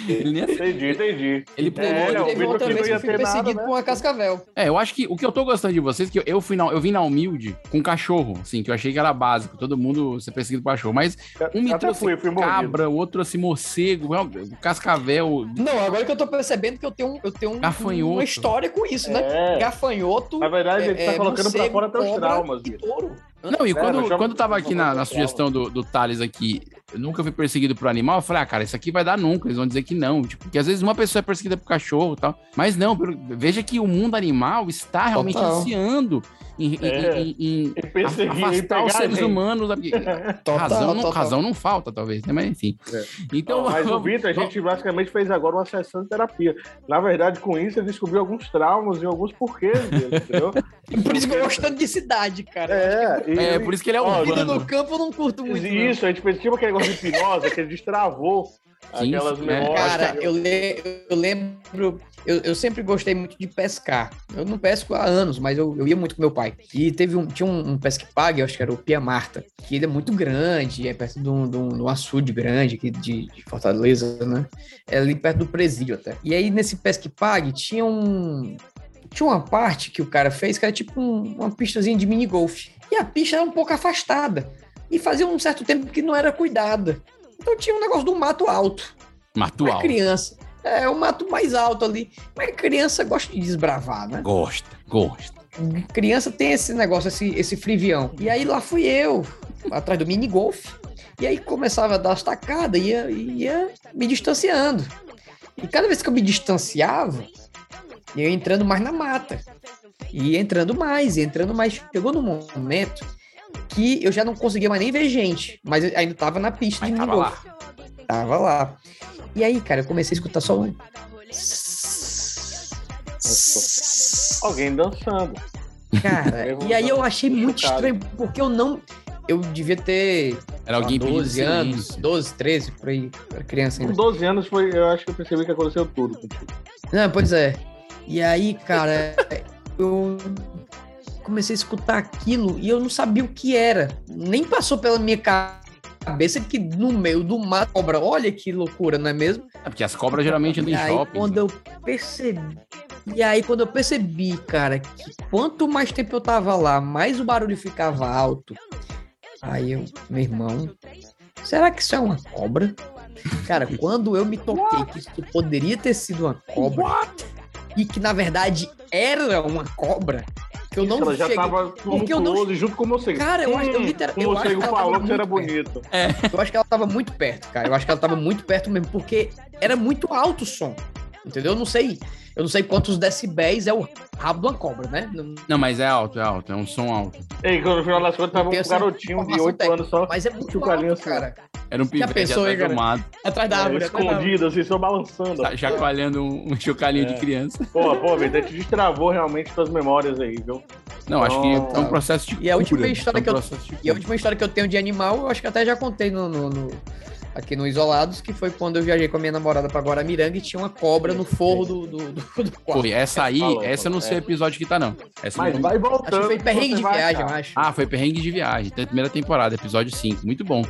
ele nem assistiu.
Entendi, entendi.
Ele
É,
pulou, ele
não, o
Teve
vídeo
outra
que
vez
não
que
ia
eu fui
ter nada,
perseguido
né?
por uma cascavel.
É, eu acho que o que eu tô gostando de vocês é que eu, eu fui na, eu vim na humilde com cachorro, assim, que eu achei que era básico, todo mundo ser perseguido por cachorro. Mas um me
Até
trouxe
fui,
assim,
fui mordido.
cabra, o outro trouxe morcego, é, cascavel.
Não, agora que eu tô percebendo que eu tenho, um- eu tenho um-
Gafanhoto.
uma história com isso, né?
É.
Gafanhoto.
Na verdade, ele tá
é,
colocando pra
morcego,
fora até os
cobra
traumas.
E
Vitor.
touro.
Não, e quando,
não chama-
quando eu tava aqui na, na
não chama-
sugestão do, do Thales aqui, eu nunca fui perseguido por animal, eu falei, ah, cara, isso aqui vai dar nunca, eles vão dizer que não. Tipo, porque às vezes uma pessoa é perseguida por cachorro e tal. Mas não, pelo- veja que o mundo animal está realmente
Total.
ansiando em, em-
É.
em- em-
E perseguir, e
afastar
pegar
os
a
seres
gente.
humanos. da- razão, não, razão não falta, talvez, né? Mas enfim.
É.
Então,
Mas o
vamos-
Vitor, a gente basicamente fez agora uma sessão de terapia. Na verdade, com isso, ele descobriu alguns traumas e alguns porquês dele, entendeu?
Por isso que eu gosto tanto de cidade, cara.
É, e-
é, por isso que ele é
Ó,
um
Vida no campo eu não curto é muito. né? não.
Isso, a gente fez tipo aquele negócio de hipnose, que ele destravou
Sim,
aquelas
sim, é.
memórias.
Cara, eu, le- eu lembro. Eu, eu sempre gostei muito de pescar. Eu não pesco há anos, mas eu, eu ia muito com meu pai. E teve um, tinha um, um pesque-pague, eu acho que era o Pia Marta, que ele é muito grande, é perto de um, de um, de um açude grande aqui de, de Fortaleza, né? É ali perto do presídio até. E aí nesse pesque-pague tinha um. Tinha uma parte que o cara fez que era tipo um- uma pistazinha de minigolfe. E a pista era um pouco afastada. E fazia um certo tempo que não era cuidada. Então tinha um negócio do mato alto. Uma
matual.
criança. É o mato mais alto ali. Mas criança gosta de desbravar, né?
Gosta, gosta.
Criança tem esse negócio, esse, esse frivião. E aí lá fui eu, atrás do mini golfe. E aí começava a dar as tacadas, ia, ia me distanciando. E cada vez que eu me distanciava, eu ia entrando mais na mata. E ia entrando mais, ia entrando mais. Chegou num momento que eu já não conseguia mais nem ver gente. Mas eu ainda tava na pista
Mas
de
tava
minigolfe.
lá.
Tava lá. E aí, cara, eu comecei a escutar só um. Nossa.
Alguém dançando.
Cara, e aí eu achei muito
Chocado.
estranho, porque eu não. Eu devia ter
Era alguém
sei lá, 12 anos, 12, 13, por aí, eu era criança
Com
ainda.
12 anos, foi, eu acho que eu percebi que aconteceu tudo contigo.
Não, pois é. E aí, cara, eu comecei a escutar aquilo e eu não sabia o que era. Nem passou pela minha ca- cabeça que no meio do mato, cobra, olha que loucura, não é mesmo?
É porque as cobras geralmente andam
E
em né?
aí
shopping.
quando eu percebi. E aí quando eu percebi, cara, que quanto mais tempo eu tava lá, mais o barulho ficava alto. Aí eu, meu irmão, será que isso é uma cobra? Cara, quando eu me toquei que isso poderia ter sido uma cobra e que na verdade era uma cobra, que eu não
Ela já
cheguei.
tava com
porque eu
o
não-
close junto com o morcego.
Cara, eu acho- eu literal-
O
eu acho que
morcego
ela tava
falou que você era
muito
bonito.
Eu acho que ela tava muito perto, cara. Eu acho que ela tava muito perto mesmo, porque era muito alto o som. Entendeu? Eu não sei. Eu não sei quantos decibéis é o rabo de uma cobra, né? Não-
Não, mas é alto, é alto, é um som alto.
E quando no final das contas, tava
Tem
um
essa
garotinho de
informação
8 anos só.
Mas é
Que
muito
o galinho
alto,
assim,
cara.
Era um pivete
pensou, hein,
atrás do
cara?
mato,
Atrás da
é,
árvore. atrás da árvore.
escondido, assim, só balançando.
tá chacoalhando um, um chocalhinho
É.
de criança.
Pô, pô, Vitor, te destravou realmente suas memórias aí, viu?
Não, acho que é
Então,
um processo de
Oh. E a última
cura,
história
é um
que eu-
processo de
E a
cura.
última história que eu tenho de animal, eu acho que até já contei no, no- no- aqui no Isolados, que foi quando eu viajei com a minha namorada pra Guaramiranga e tinha uma cobra no forro do, do, do- do quarto.
Foi, essa aí,
Falou,
essa eu não
é.
sei o episódio que tá, não. Essa
Mas
não-
vai
Acho
voltando.
que foi perrengue
você
de
vai
viagem, eu
achar.
acho.
Ah, foi perrengue de viagem, tá? primeira temporada, episódio 5, muito bom.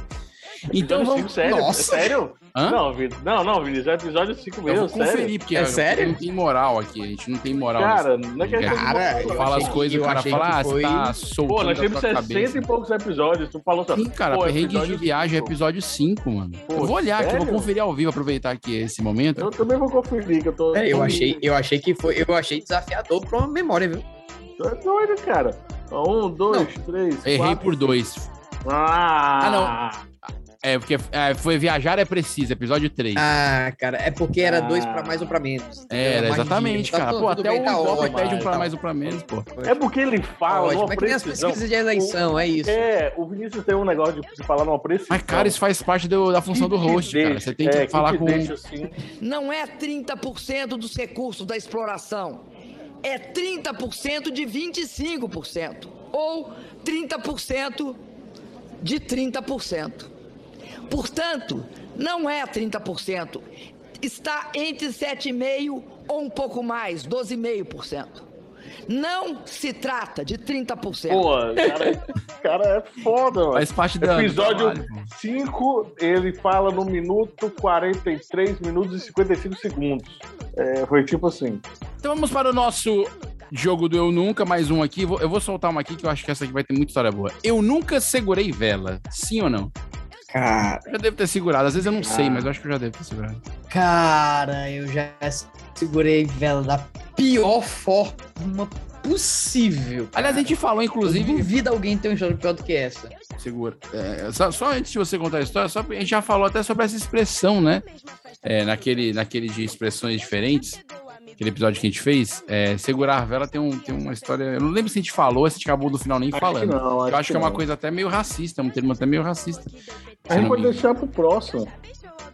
Então
Episódio
vamos...
cinco, sério?
Nossa.
É sério?
Hã?
Não, Vitor. Não, não, Vinícius, é episódio 5
Eu
mesmo,
vou
sério.
conferir, porque
É
eu-
sério?
não tem moral aqui, a gente não tem moral.
Cara, não é que
Cara,
Cara, eu
nesse- fala
achei
as coisas e
que-
o
eu
cara
achei
fala,
que
ah, você
foi-
tá
Pô,
soltando
nós
a
temos
tua
60
cabeça.
e poucos episódios. Tu falou só.
Sim, cara,
Tá, Pô,
perrengue de
episódio
viagem é
cinco.
episódio 5, mano.
Pô,
eu vou olhar aqui, eu vou
sério?
conferir ao vivo, aproveitar aqui esse momento.
Eu também vou conferir, que eu tô.
É, eu achei, eu achei que foi, eu achei desafiador pra uma memória, viu?
Tu é doido, cara. Ó, Um, dois, três.
Errei
quatro.
por dois.
Ah,
Ah, É, porque é, foi viajar é preciso, episódio 3.
Ah, cara, é porque era
Ah.
dois pra mais ou pra menos. entendeu?
Era,
Mais de
É, exatamente,
dinheiro. Tá
cara.
tudo-
Pô,
tudo
até
bem,
o
tá
Bob
ótimo,
pede um
tá
pra
ótimo.
mais um pra menos, pô.
É porque ele
Tá
fala
ótimo,
numa
é que nem as
precisão.
pesquisas de eleição, é isso.
É, o Vinícius tem um negócio de falar numa precisão.
Mas, cara, isso faz parte do- da função do
Então, Que te
host, cara.
deixa,
Você tem que
é,
falar
te
com.
deixa, assim.
Não é 30% dos recursos da exploração. É 30% de 25%. Ou 30% de 30%. Portanto, não é 30%. Está entre 7,5% ou um pouco mais, 12,5%. Não se trata de 30%.
Pô, cara, cara é foda, mano.
Faz parte da. do trabalho, pô.
Episódio 5, ele fala no minuto 43 minutos e 55 segundos. É, foi tipo assim.
Então vamos para o nosso jogo do Eu Nunca, mais um aqui. Vou- Eu vou soltar uma aqui que eu acho que essa aqui vai ter muita história boa. Eu nunca segurei vela. Sim ou não?
Cara,
Eu já devo ter segurado. Às vezes eu não
Ah.
sei, mas eu acho que eu já devo ter segurado.
cara, eu já segurei vela da pior forma possível. cara.
Aliás, a gente falou,
Eu
Uhum.
inclusive.
duvido alguém ter uma história pior do que essa.
Segura. É, só, só antes de você contar a história, só, a gente já falou até sobre essa expressão, né? É, naquele, naquele de expressões diferentes. aquele episódio que a gente fez, é, segurar a vela tem, um, tem uma história. Eu não lembro se a gente falou, se a gente acabou no final nem
Acho
falando.
que não, acho
eu acho que,
que
é uma
não. É
coisa até meio racista, um termo até meio racista.
A
Se
gente
não
pode
me-
deixar pro próximo.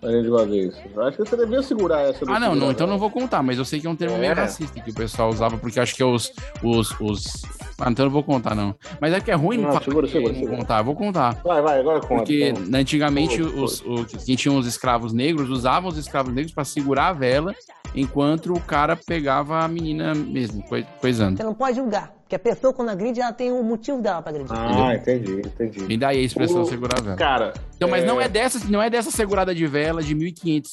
A gente vai ver isso. Eu acho que você devia segurar essa. né? do
Ah, não, não,
segurar.
então não vou contar, mas eu sei que é um termo meio
É.
racista que o pessoal usava, porque acho que é os. os, os... Ah, então eu não vou contar, não. Mas é que é ruim
Não,
falar
segura,
que
segura,
não
segura.
contar, eu vou contar.
Vai, vai, agora conta.
Porque
então.
né, antigamente
Foi,
os, o- quem tinha os escravos negros usavam os escravos negros para segurar a vela enquanto o cara pegava a menina mesmo, coi- coisando.
Você não pode julgar, porque a pessoa quando agride, ela tem o motivo dela pra agredir.
Ah, entendi, entendi.
E daí a expressão
O-
segurar a vela.
Cara.
Então, mas não é dessa, não é dessa segurada de vela de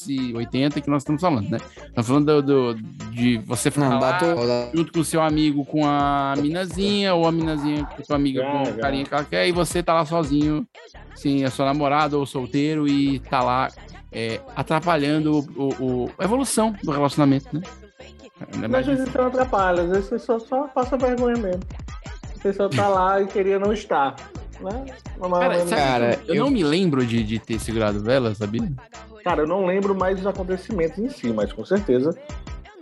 1580 que nós estamos falando, né? Estamos falando do, do- de você ficar
Não,
lá
dá to-
junto com o seu amigo com a minazinha, ou a minazinha com sua amiga
Ah,
com o
Já,
carinha que ela quer, e você tá lá sozinho, sim, é sua namorada ou solteiro, e tá lá é, atrapalhando o, o- o- a evolução do relacionamento, né? Na
Mas às
verdade,
vezes você não atrapalha, às vezes você só, só passa vergonha mesmo. Você só tá lá e queria não estar. Né? Mas-
Cara,
mas-
sabe
Cara,
que eu, eu não me lembro de, de ter segurado vela, sabia?
Cara, eu não lembro mais dos acontecimentos em si, mas com certeza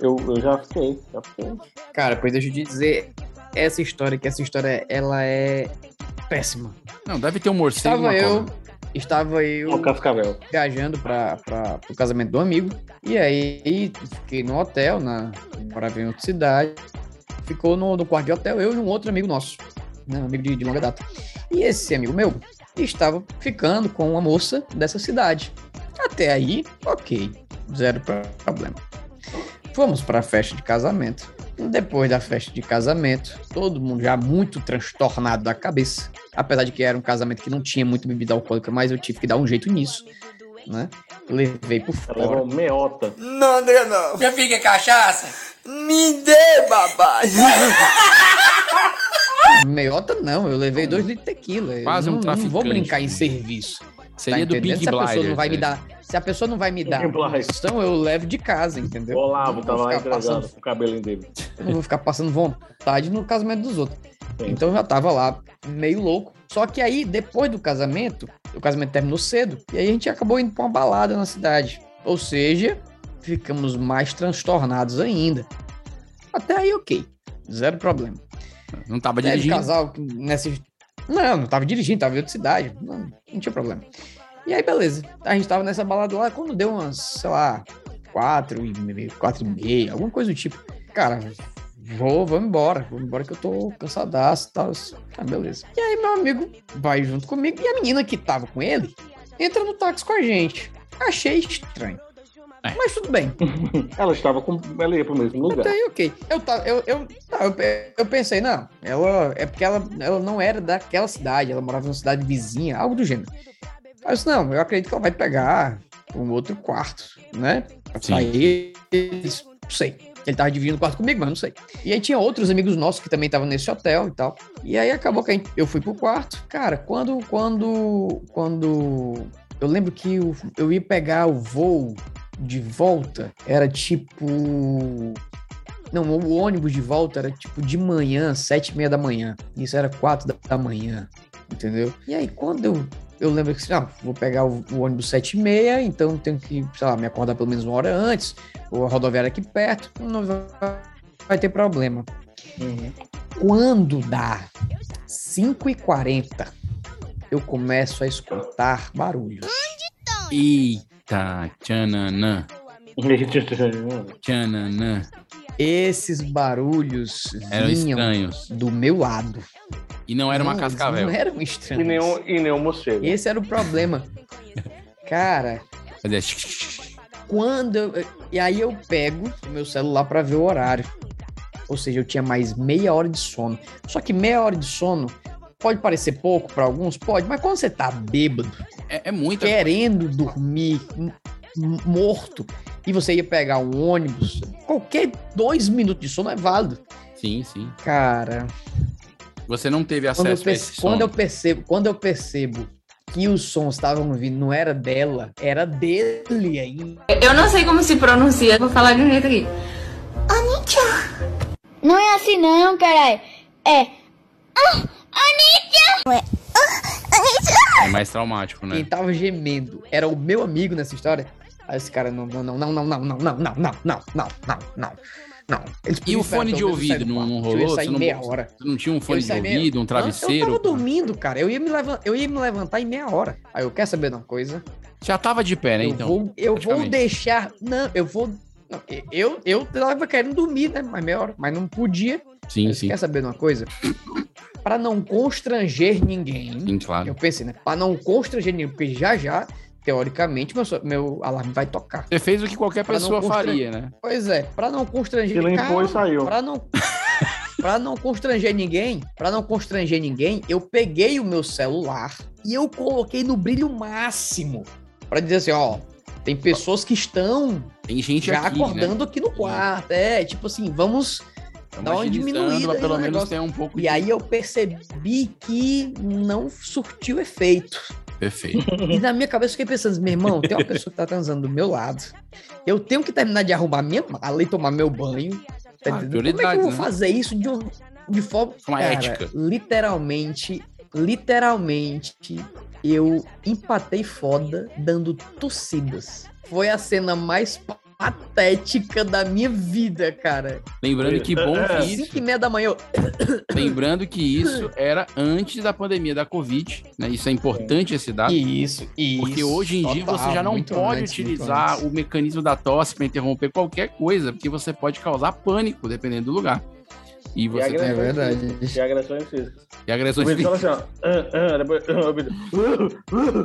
eu, eu já fiquei. Já fiquei.
Cara, pois deixa eu te dizer, essa história, que essa história, ela é péssima.
Não, deve ter um morcego.
Estava
uma
eu,
cobra.
estava eu...
O Cascavel.
viajando para o casamento do amigo. E aí fiquei no hotel, na, morava em outra cidade. Ficou no, no quarto de hotel eu e um outro amigo nosso, né, um amigo de, de longa data. E esse amigo meu estava ficando com uma moça dessa cidade. Até aí, ok, zero pro- problema. Fomos para a festa de casamento. Depois da festa de casamento, todo mundo já muito transtornado da cabeça. Apesar de que era um casamento que não tinha muito bebida alcoólica, mas eu tive que dar um jeito nisso, né? Levei por
Ela levou
fora.
meota.
Não, André, não.
Meu filho é cachaça?
Me dê, babá.
Meiota não, eu levei dois litros de tequila. Eu
Quase um
não, não vou
traficante,
brincar em
filho.
serviço. Tá
Seria do
entendendo?
Pink
se a pessoa não
Blinders.
vai me
né?
dar, se a pessoa não vai me dar,
Pink Blinders.
então eu levo de casa, entendeu?
O Olavo
Não
tava
vou
lá
ficar
entregando
passando
com o cabelinho dele.
Eu não vou ficar passando vontade no casamento dos outros.
Sim.
Então eu já tava lá, meio louco. Só que aí, depois do casamento, o casamento terminou cedo, e aí a gente acabou indo pra uma balada na cidade. Ou seja, ficamos mais transtornados ainda. Até aí, ok. Zero problema.
Não tava
Deve
dirigindo.
casal que nessa. Não, não tava dirigindo, tava em outra cidade. Não, não tinha problema. E aí, beleza. A gente tava nessa balada lá quando deu umas, sei lá, quatro e meia, quatro e meia, alguma coisa do tipo. Cara, vou, vamos embora. Vamos embora que eu tô cansadaço e tal. Tá, beleza. E aí, meu amigo vai junto comigo e a menina que tava com ele entra no táxi com a gente. Achei estranho.
É.
Mas tudo bem.
Ela estava com. Ela ia pro mesmo lugar.
Até aí, ok. Eu, tá, eu, eu, tá, eu, pe- eu pensei, não, ela é porque ela, ela não era daquela cidade, ela morava numa cidade vizinha, algo do gênero. Aí eu disse, não, eu acredito que ela vai pegar um outro quarto, né? Pra
Sim.
sair, isso, não sei. Ele tava dividindo o quarto comigo, mas não sei. E aí tinha outros amigos nossos que também estavam nesse hotel e tal. E aí acabou que a gente- eu fui pro quarto. Cara, quando, quando, quando... Eu lembro que eu, eu ia pegar o voo de volta era tipo. Não, o ônibus de volta era tipo de manhã, sete e meia da manhã. Isso era quatro da- da manhã, entendeu? E aí quando eu, eu lembro que, assim, ah, vou pegar o, o ônibus sete e meia, então tenho que, sei lá, me acordar pelo menos uma hora antes, ou a rodoviária aqui perto, não vai, vai ter problema. Quando dá 5h40, eu começo a escutar barulhos.
Eita, tchananã, tchananã.
Esses barulhos
Eram
vinham
estranhos.
do meu lado.
E não era uma
Não, eles
cascavel.
Não é. um eram
e,
estranhos.
nenhum, e nenhum morcego.
Esse era o problema. Cara,
Fazia xixi.
quando. Eu... E aí eu pego o meu celular pra ver o horário. Ou seja, eu tinha mais meia hora de sono. Só que meia hora de sono pode parecer pouco pra alguns, pode, mas quando você tá bêbado,
É, é muita
querendo dormir, m- m- morto, e você ia pegar um ônibus, qualquer dois minutos de sono é válido.
Sim, sim.
Cara.
Você não teve
quando eu,
acesso a
perce-
esse
quando
som.
eu percebo, quando eu percebo que os sons estavam vindo, não era dela, era dele ainda.
Eu não sei como se pronuncia, vou falar de um jeito aqui.
Não é assim não, caralho. É.
É mais traumático,
Quem
né?
tava gemendo era o meu amigo nessa história. Aí esse cara, não, não, não, não, não, não, não, não, não, não, não, não, não, não, não. Não. eles
E
podiam
o
esperar
fone de
pelo menos eu
ouvido
sair do
não, não
quarto. Eu ia
rolou?
sair
não,
meia hora.
você não tinha um fone
Eu
de
saí meia-
ouvido, um
Não, Eu
travesseiro?
tava dormindo, cara. Eu ia me, levan... eu ia me levantar em meia hora. Aí eu quero saber de uma coisa.
Já tava de pé, né,
eu
então?
Vou, eu vou
praticamente.
deixar. Não, eu vou. não, eu, eu tava querendo dormir, né? Mas meia hora. Mas não podia.
Sim, sim.
Quer saber de uma coisa? Pra não constranger ninguém.
Sim, claro.
assim, Eu pensei, né? Pra não constranger ninguém, porque já já, teoricamente, meu, so- meu alarme vai tocar.
Você fez o que qualquer
Pra não
pessoa
constra-
faria, né?
Pois é, pra não constranger
Se limpou
Calma,
e saiu.
Pra não, pra não constranger ninguém, pra não constranger ninguém, eu peguei o meu celular e eu coloquei no brilho máximo. Pra dizer assim, ó, tem pessoas que estão
Tem gente
já
aqui, né?
acordando aqui no quarto. É, tipo assim, vamos dar uma
agilizando,
diminuída.
mas
aí
Tá pelo
no
menos
negócio.
tem um pouco
E aí eu percebi que não surtiu efeito.
Perfeito.
E na minha cabeça eu fiquei pensando, assim, meu irmão, tem uma pessoa que tá transando do meu lado. Eu tenho que terminar de arrumar minha mala e tomar meu banho. Tá
Ah,
entendendo? Como é que
prioridades,
eu vou
né?
fazer isso de, um- de forma.
Uma ética.
Literalmente, literalmente, eu empatei foda dando tossidas. Foi a cena mais patética da minha vida, cara.
Lembrando que bom
Às
que É isso,
Cinco e meia da manhã eu.
lembrando que isso era antes da pandemia da Covid, né? Isso é importante esse dado.
Isso, isso.
Porque hoje em dia
Total,
você já não
muito
pode
antes, muito
utilizar
antes.
o mecanismo da tosse para interromper qualquer coisa, porque você pode causar pânico dependendo do lugar. E você tem-
agressões físicas, E agressões físicas.
E
O
agressões
Vitor fala
físicas.
assim, ó. "Ah, ah", depois, "Ah",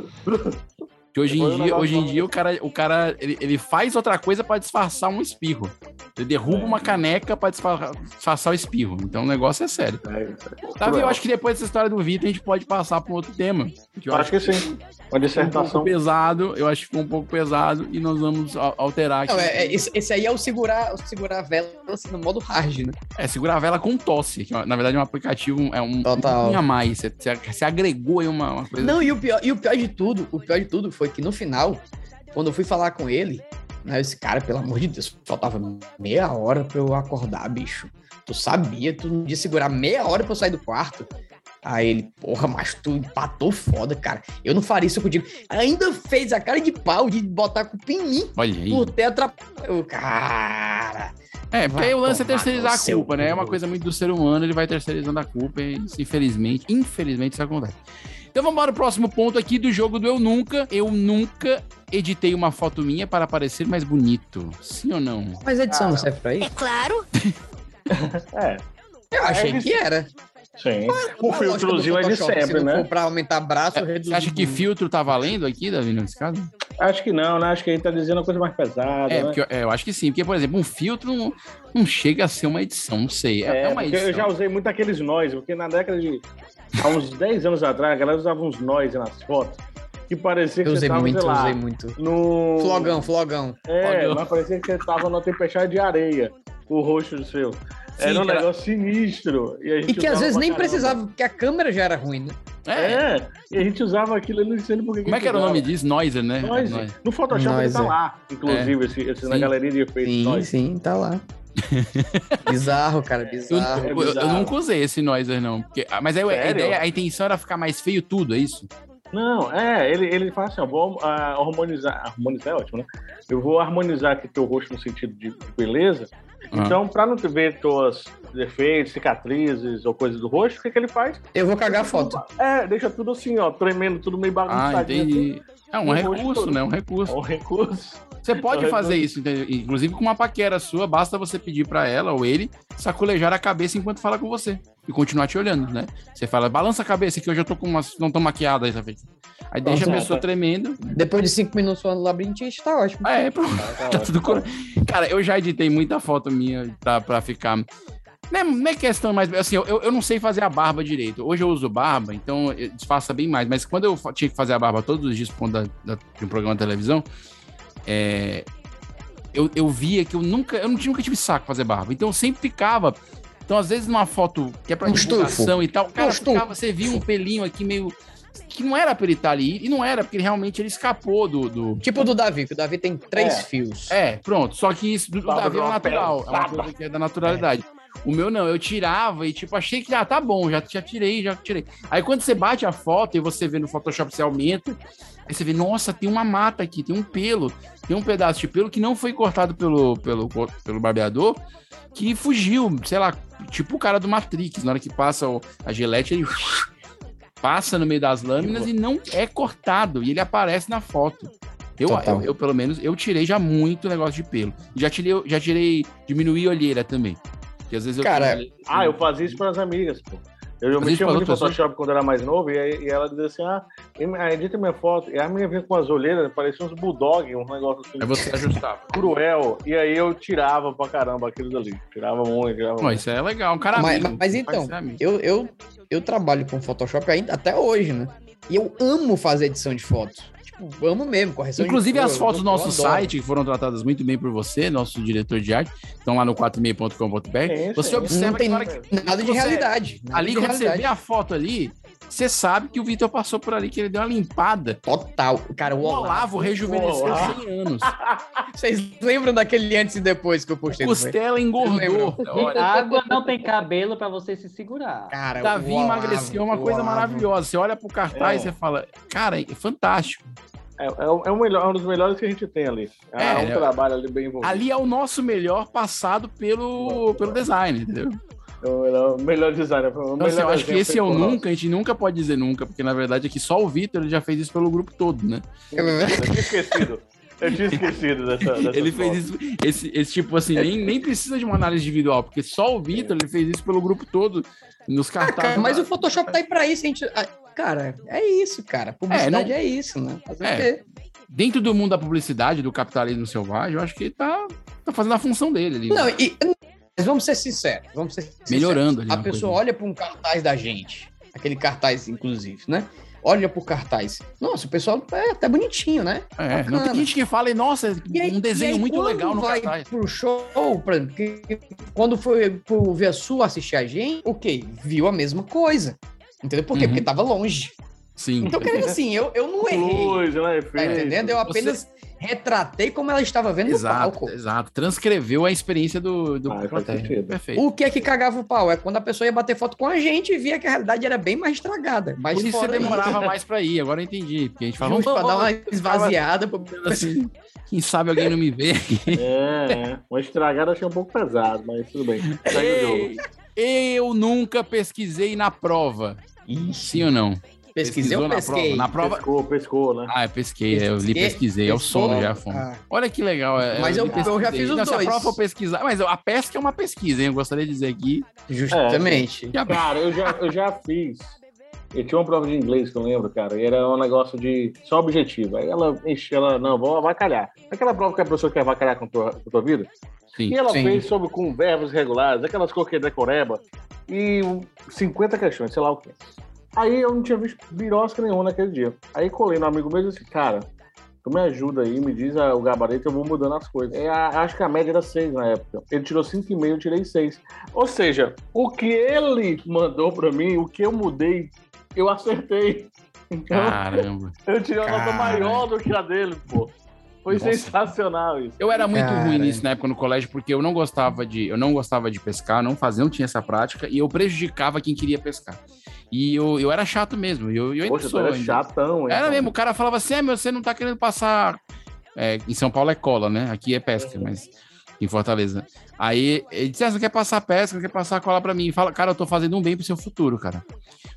o Vitor,
Que hoje
um
Depois
em
o
dia,
negócio
hoje em
vai-
dia o cara, o cara ele, ele faz outra coisa para disfarçar um espirro. Ele derruba
É.
uma caneca para disfarçar o espirro. Então o negócio é sério.
tipo,
Davi, eu acho que depois dessa história do Vitor a gente pode passar para um outro tema. eu
Acho que sim. Uma
Ficou um pouco
dissertação.
pesado, eu acho que ficou um pouco pesado e nós vamos a- alterar aqui.
Não, é, é- esse, esse aí é o segurar, o segurar a vela assim, no modo hard, né?
É, segurar a vela com tosse, que na verdade é um aplicativo, é um
Total.
um a mais. Você, você- você agregou aí uma, uma coisa.
Não, e o, pior, e o pior de tudo, o pior de tudo foi que no final, quando eu fui falar com ele, né, esse cara, pelo amor de Deus, faltava meia hora pra eu acordar, bicho. Tu sabia, tu não ia segurar meia hora pra eu sair do quarto. Aí ele, porra, mas tu empatou foda, cara. Eu não faria isso contigo. Ainda fez a cara de pau de botar a culpa em mim.
Olha aí.
Por ter atrapalhado. Cara.
É, porque aí o lance é
Vai tomar
terceirizar
no
a
seu
culpa, né? É uma
cu.
coisa muito do ser humano, ele vai terceirizando a culpa e isso, infelizmente, infelizmente isso acontece. Então vamos para o próximo ponto aqui do jogo do Eu Nunca. Eu nunca editei uma foto minha para parecer mais bonito. Sim ou não?
Mas a edição não serve pra isso?
claro.
É.
Eu achei que era.
Sim.
Uma lógica
O
do
filtrozinho é de
Photoshop,
sempre,
se não
né?
for pra aumentar braço,
Você acha que filtro tá valendo aqui, Davi, nesse caso?
Acho que não, né? Acho que ele tá dizendo uma coisa mais pesada.
É,
né?
porque eu, é, eu acho que sim. Porque, por exemplo, um filtro não, não chega a ser uma edição, não sei. É, é uma
porque
edição.
eu já usei muito aqueles nós, porque na década de. Há uns 10 anos atrás, a galera usava uns nós nas fotos. Que parecia que
Eu
você tá
usei muito,
tava, sei
eu
lá,
usei muito.
no.
Flogão, flogão.
É,
Flogão.
mas parecia que você tava numa tempestade de areia, o rosto do seu.
É,
era um
cara.
né?
negócio sinistro. E, a gente
E que às
usava
vezes
pra
nem
caramba.
precisava, porque a câmera já era ruim, né?
É. e a gente usava aquilo, eu não sei nem por que.
Como é que era o nome disso? Noiser, né?
Nós,
Noiser.
no Photoshop
Nós,
ele tá
é.
lá, inclusive, esse, esse na
Sim.
galeria de efeitos.
Sim,
nós.
sim, tá lá. bizarro, cara,
Eu,
bizarro.
eu- eu nunca usei esse noiser, não. Porque, ah, mas aí, a,
Sério?
ideia, a intenção era ficar mais feio tudo, é isso?
Não, é, ele, ele fala assim, ó, vou ah, harmonizar, harmonizar é ótimo, né? Eu vou harmonizar aqui teu rosto no sentido de, de beleza.
Ah.
Então, pra não te ver tuas defeitos, cicatrizes ou coisa do rosto, o que, que ele faz?
Eu vou cagar a foto.
É, deixa tudo assim, ó, tremendo, tudo meio
Ah,
bagunçadinho.
entendi. É um
O rosto
recurso,
todo.
né? Um recurso.
É um recurso.
Você pode
É um
fazer
recurso.
isso, entendeu? inclusive com uma paquera sua, basta você pedir pra ela ou ele saculejar a cabeça enquanto fala com você e continuar te olhando, né? Você fala, balança a cabeça que hoje eu tô com umas, não tô maquiada essa vez. Aí deixa a
Pronto.
pessoa tremendo.
Depois de cinco minutos falando labirintite, tá ótimo.
É, pronto. Tá tudo cor... Cara, eu já editei muita foto minha pra, pra ficar. Não é, não é questão mais. Assim, eu, eu não sei fazer a barba direito. Hoje eu uso barba, então eu disfarça bem mais. Mas quando eu fa- tinha que fazer a barba todos os dias por conta da- da- de um programa de televisão, é, eu, eu via que eu nunca. Eu não tinha, nunca tive saco pra fazer barba. Então eu sempre ficava. Então, às vezes, numa foto que é pra
Um
divulgação
estufo.
e tal, cara,
Um estufo.
ficava, você via um pelinho aqui meio. Que não era pra ele estar ali. E não era, porque ele realmente ele escapou do- do,
Tipo o do Davi, que o Davi tem três
É.
fios.
é, pronto. Só que isso do, do
Barba
Davi é
de uma
natural. É uma
pesada.
coisa que é da naturalidade. O meu não, eu tirava e tipo, achei que ah, tá bom, já, já tirei, já tirei. Aí quando você bate a foto e você vê no Photoshop, você aumenta, aí você vê, nossa, tem uma mata aqui, tem um pelo, tem um pedaço de pelo que não foi cortado pelo, pelo, pelo barbeador, que fugiu, sei lá, tipo o cara do Matrix, na hora que passa o- a gelete, ele passa no meio das lâminas e não é cortado, e ele aparece na foto. Eu,
Total.
eu, eu, pelo menos, eu tirei já muito negócio de pelo. Já tirei, já tirei, diminuí a olheira também. Porque às vezes eu
Cara,
tenho-
ah, eu fazia isso para as amigas, pô. Eu, eu
Fazia isso
mexia
pras
muito em
outras né?
Photoshop quando eu era mais novo e, aí- e ela dizia assim: ah, em- ah, edita minha foto. E a minha vinha com as olheiras, parecia uns bulldog, um negócio assim.
Aí você ajustava.
Cruel. E aí eu tirava pra caramba aquilo dali. Tirava muito, tirava
Pô, isso é legal, um cara
mas,
amigo.
mas então, eu, eu, eu trabalho com Photoshop ainda até hoje, né? E eu amo fazer edição de foto. Tipo, amo mesmo, correção
Inclusive
de
as
eu-
fotos
eu
do nosso
adoro.
site, que foram tratadas muito bem por você, nosso diretor de arte, estão lá no 46.com.br.
É isso,
você
é isso.
observa
Não tem
que na hora que-
nada de
você-
realidade, nada
ali,
de
quando você
realidade.
vê a foto ali, você sabe que o Vitor passou por ali, que ele deu uma limpada.
Total. Cara, É o
o
Olavo-
Olavo
o
rejuvenesceu
Olavo.
100 anos.
Vocês lembram daquele antes e depois que eu postei?
Costela engordou. Olha.
Água não tem cabelo pra você se segurar.
Cara,
Davi emagreceu, é uma coisa maravilhosa. Você olha pro cartaz e
É.
você fala, cara, é fantástico.
É, é o- é o melhor- é um dos melhores que a gente tem ali. É,
É,
um
né?
trabalho ali bem envolvido.
Ali é o nosso melhor passado pelo, pelo design, entendeu?
É o melhor, o melhor design. é o
Então,
melhor
assim, eu acho que
exemplo
esse é o
por nós.
nunca, a gente nunca pode dizer nunca, porque na verdade é que só o Vitor ele já fez isso pelo grupo todo, né?
Eu tinha esquecido. Eu tinha esquecido dessa. dessa
Ele fez
foto.
isso, esse, esse tipo assim, nem, nem precisa de uma análise individual, porque só o Vitor ele fez isso pelo grupo todo, nos cartazes.
Cara, mas o Photoshop tá aí pra isso, a gente. ah, Cara, é isso, cara. Publicidade é,
não-
isso, né? Fazer o
É.
quê?
Dentro do mundo da publicidade, do capitalismo selvagem, eu acho que ele tá, tá fazendo a função dele ali.
Não, e- mas vamos ser sinceros, vamos ser sinceros.
Melhorando ali
A
uma
pessoa
coisa.
olha para um cartaz da gente, aquele cartaz, inclusive, né? Olha pro cartaz. Nossa, o pessoal é até bonitinho, né?
É, não, tem gente que fala, e, nossa, um desenho muito legal no
vai
cartaz.
pro show, pra- que- quando foi pro Via Sul assistir a gente, ok, viu a mesma coisa. Entendeu? Por quê?
Uhum.
Porque tava longe.
Sim.
Então, querendo assim, eu, eu não errei.
Luz, né?
Tá
Efeito.
entendendo? Eu apenas retratei como ela estava vendo no
Exato, É,
palco.
exato. Transcreveu a experiência do, do protesto. Perfeito.
O que é que cagava o pau? É quando a pessoa ia bater foto com a gente e via que a realidade era bem mais estragada. Mas
Por isso você
fora
demorava
isso,
mais pra ir, agora eu entendi. Porque a gente falou.
Justo pra dar uma esvaziada.
Assim, quem sabe alguém não me vê.
É, é. Uma estragada eu achei um pouco pesado, mas tudo bem. Segue o jogo.
Ei, eu nunca pesquisei na prova. Sim ou não?
Pesquisei ou
na prova?
pesquei?
Na prova.
Pescou, pescou, né?
Ah, eu pesquei, eu li pesquisei, é o
Pesquisou?
som já, fome.
Ah.
Olha que legal. é,
Mas eu-
li
eu já
pesquisei.
fiz os
Não, Se
dois.
a prova for pesquisar, mas a pesca é uma pesquisa, hein? Eu gostaria de dizer aqui.
Justamente.
Que a-
Cara, eu já, eu já fiz. Eu tinha uma prova de inglês que eu lembro, cara, e era um negócio de só objetivo. Aí ela enche, ela, não, vou avacalhar. Aquela prova que a pessoa quer avacalhar com a tua, com a tua vida.
Sim,
e ela
sim.
fez sobre com verbos regulares, aquelas coisas da coreba, e um, 50 questões, sei lá o quê. Aí eu não tinha visto birosca nenhuma naquele dia. Aí colei no amigo meu e disse, assim, cara, tu me ajuda aí, me diz ah, o gabarito, eu vou mudando as coisas. É, a- acho que a média era 6 na época. Ele tirou 5,5, eu tirei 6. Ou seja, o que ele mandou pra mim, o que eu mudei, eu acertei. Então,
Caramba.
eu tirei uma nota
Cara.
maior do que a dele, pô. Foi
Nossa.
sensacional isso.
Eu era muito
Cara.
ruim nisso na época no colégio, porque eu não gostava de, eu não gostava de pescar, não fazia, não tinha essa prática, e eu prejudicava quem queria pescar. E eu, eu era chato mesmo. Eu, eu ainda
Poxa, tu
sou
era
ainda.
chatão, hein,
Era
cara?
mesmo, o cara falava assim: é, meu, você não tá querendo passar. É, em São Paulo é cola, né? Aqui é pesca, mas em Fortaleza. Aí ele disse: ah, você quer passar pesca, quer passar cola pra mim. E fala, cara, eu tô fazendo um bem pro seu futuro, cara.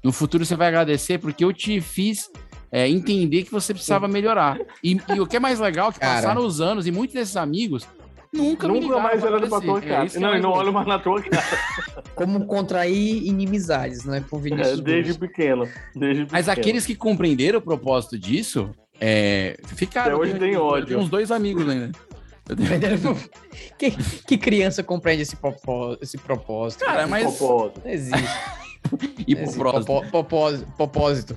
No futuro você vai agradecer porque eu te fiz é, entender que você precisava melhorar. E, e o que é mais legal é que
Cara.
passaram os anos e muitos desses amigos nunca, me
Nunca
ligaram
mais
pra
olhando pra tua
agradecer. É
cara.
isso que
não,
é
e não
mais
olho
louco.
mais na tua cara.
Como contrair inimizades, né? Com
É,
Vinícius
desde
Gomes.
pequeno. Desde
Mas
pequeno.
aqueles que compreenderam o propósito disso, é, ficaram.
Até hoje
Eu
tem
tenho- eu
ódio.
tenho uns dois amigos ainda. Eu tenho-
que, que criança compreende esse, popó, esse propósito?
Cara,
Esse
mas-
propósito. Não existe. né,
E
Não existe.
propósito.
Popó- popósito. Popósito.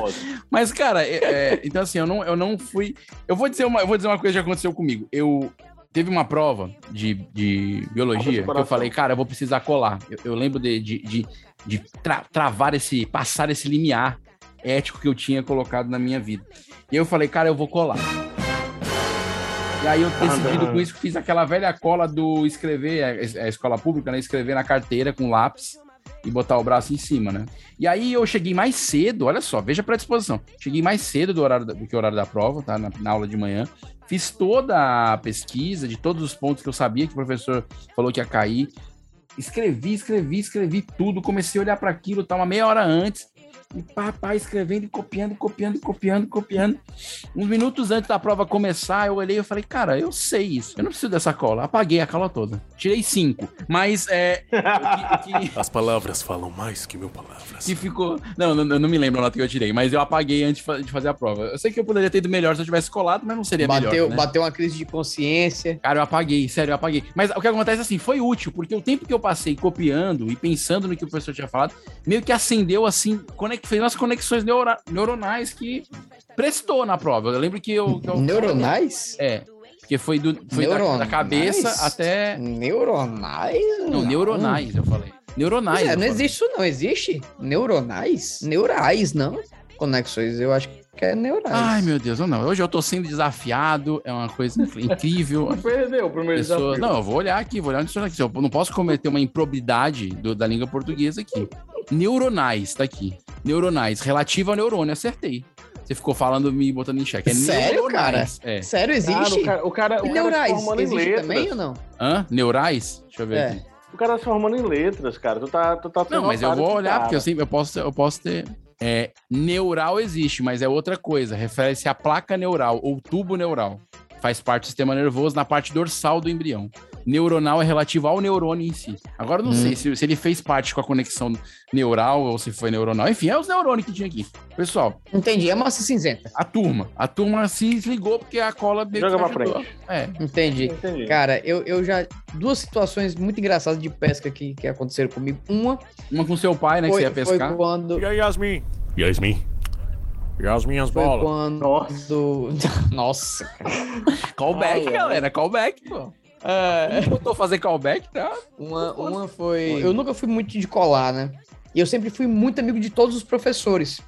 Mas, cara, é- é, então assim, eu não, eu não fui. Eu vou dizer uma, eu vou dizer uma coisa que já aconteceu comigo. Eu teve uma prova de, de biologia que eu
coração.
falei, cara, eu vou precisar colar. Eu, eu lembro de, de, de, de tra- travar esse, passar esse limiar ético que eu tinha colocado na minha vida. E eu falei, cara, eu vou colar. E aí eu decidido
Ah,
com isso, fiz aquela velha cola do escrever, é, é escola pública, né? Escrever na carteira com lápis e botar o braço em cima, né? E aí eu cheguei mais cedo, olha só, veja a predisposição. Cheguei mais cedo do horário da- do que o horário da prova, tá? Na, na aula de manhã. Fiz toda a pesquisa de todos os pontos que eu sabia que o professor falou que ia cair. Escrevi, escrevi, escrevi tudo. Comecei a olhar para aquilo, tá uma meia hora antes. E pá, pá, escrevendo, e copiando, e copiando, e copiando, e copiando. Uns minutos antes da prova começar, eu olhei e falei, cara, eu sei isso. Eu não preciso dessa cola. Apaguei a cola toda. Tirei cinco. Mas é. o que- o que-
As palavras falam mais que mil palavras.
que ficou. Não, não, eu não me lembro a nota que eu tirei, mas eu apaguei antes de fa- de fazer a prova. Eu sei que eu poderia ter ido melhor se eu tivesse colado, mas não seria
Bateu-
melhor. né?
bateu uma crise de consciência.
Cara, eu apaguei, sério, eu apaguei. Mas o que acontece assim, foi útil, porque o tempo que eu passei copiando e pensando no que o professor tinha falado, meio que acendeu assim, conect... fez umas conexões neura- neuronais que prestou na prova. Eu lembro que eu.
Então,
que eu-
Neuronais?
É. Porque foi, do, foi da- da,
Neuronais?
cabeça
é.
até.
Neuronais?
Não, neuronais, eu falei. Neuronais.
Pois é,
eu
não
falei.
existe isso, não. Existe neuronais? Neurais, não. Conexões, eu acho que é neurais.
Ai, meu Deus, eu não. Hoje eu tô sendo desafiado, é uma coisa incrível.
Não perdeu o primeiro
é.
Pessoas...
desafio.
Não, eu vou olhar aqui, vou olhar no dicionário aqui. Eu não posso cometer uma improbidade do- da língua portuguesa aqui. Neuronais, tá aqui. Neuronais, relativo ao neurônio, acertei. Você ficou falando, me botando em xeque. É
Sério,
neuronais.
cara?
É.
Sério, existe?
Ah, Cara, o cara, o cara,
E
o cara se
neurais,
formando em
existe
letras.
também ou não?
Hã? Neurais? Deixa eu ver
É.
aqui.
O cara se formando em letras, cara. Tu tá, tu tá sendo
Não, mas eu
otário
vou
com o
olhar,
cara.
porque eu sempre eu posso, eu posso ter. É, neural existe, mas é outra coisa. Refere-se à placa neural ou tubo neural. Faz parte do sistema nervoso na parte dorsal do embrião. Neuronal é relativo ao neurônio em si. Agora eu não
Hum.
sei se, se ele fez parte com a conexão neural ou se foi neuronal. Enfim, é os neurônios que tinha aqui. Pessoal.
Entendi, é massa cinzenta.
A turma. A turma se desligou porque a cola meio
Joga
que
pra
ajudou.
frente.
É.
Entendi.
Entendi.
Cara, eu, eu já. Duas situações muito engraçadas de pesca que, que aconteceram comigo. Uma.
Uma com seu pai, né?
Foi,
que você ia pescar.
Foi quando.
E aí, Yasmin? Yasmin? E as minhas
Foi
bolas?
quando. Nossa, cara.
Callback,
Ai, ai.
galera. Callback, pô. Quem botou fazer callback, tá?
Uma, uma foi. Eu nunca fui muito de colar, né? E eu sempre fui muito amigo de todos os professores.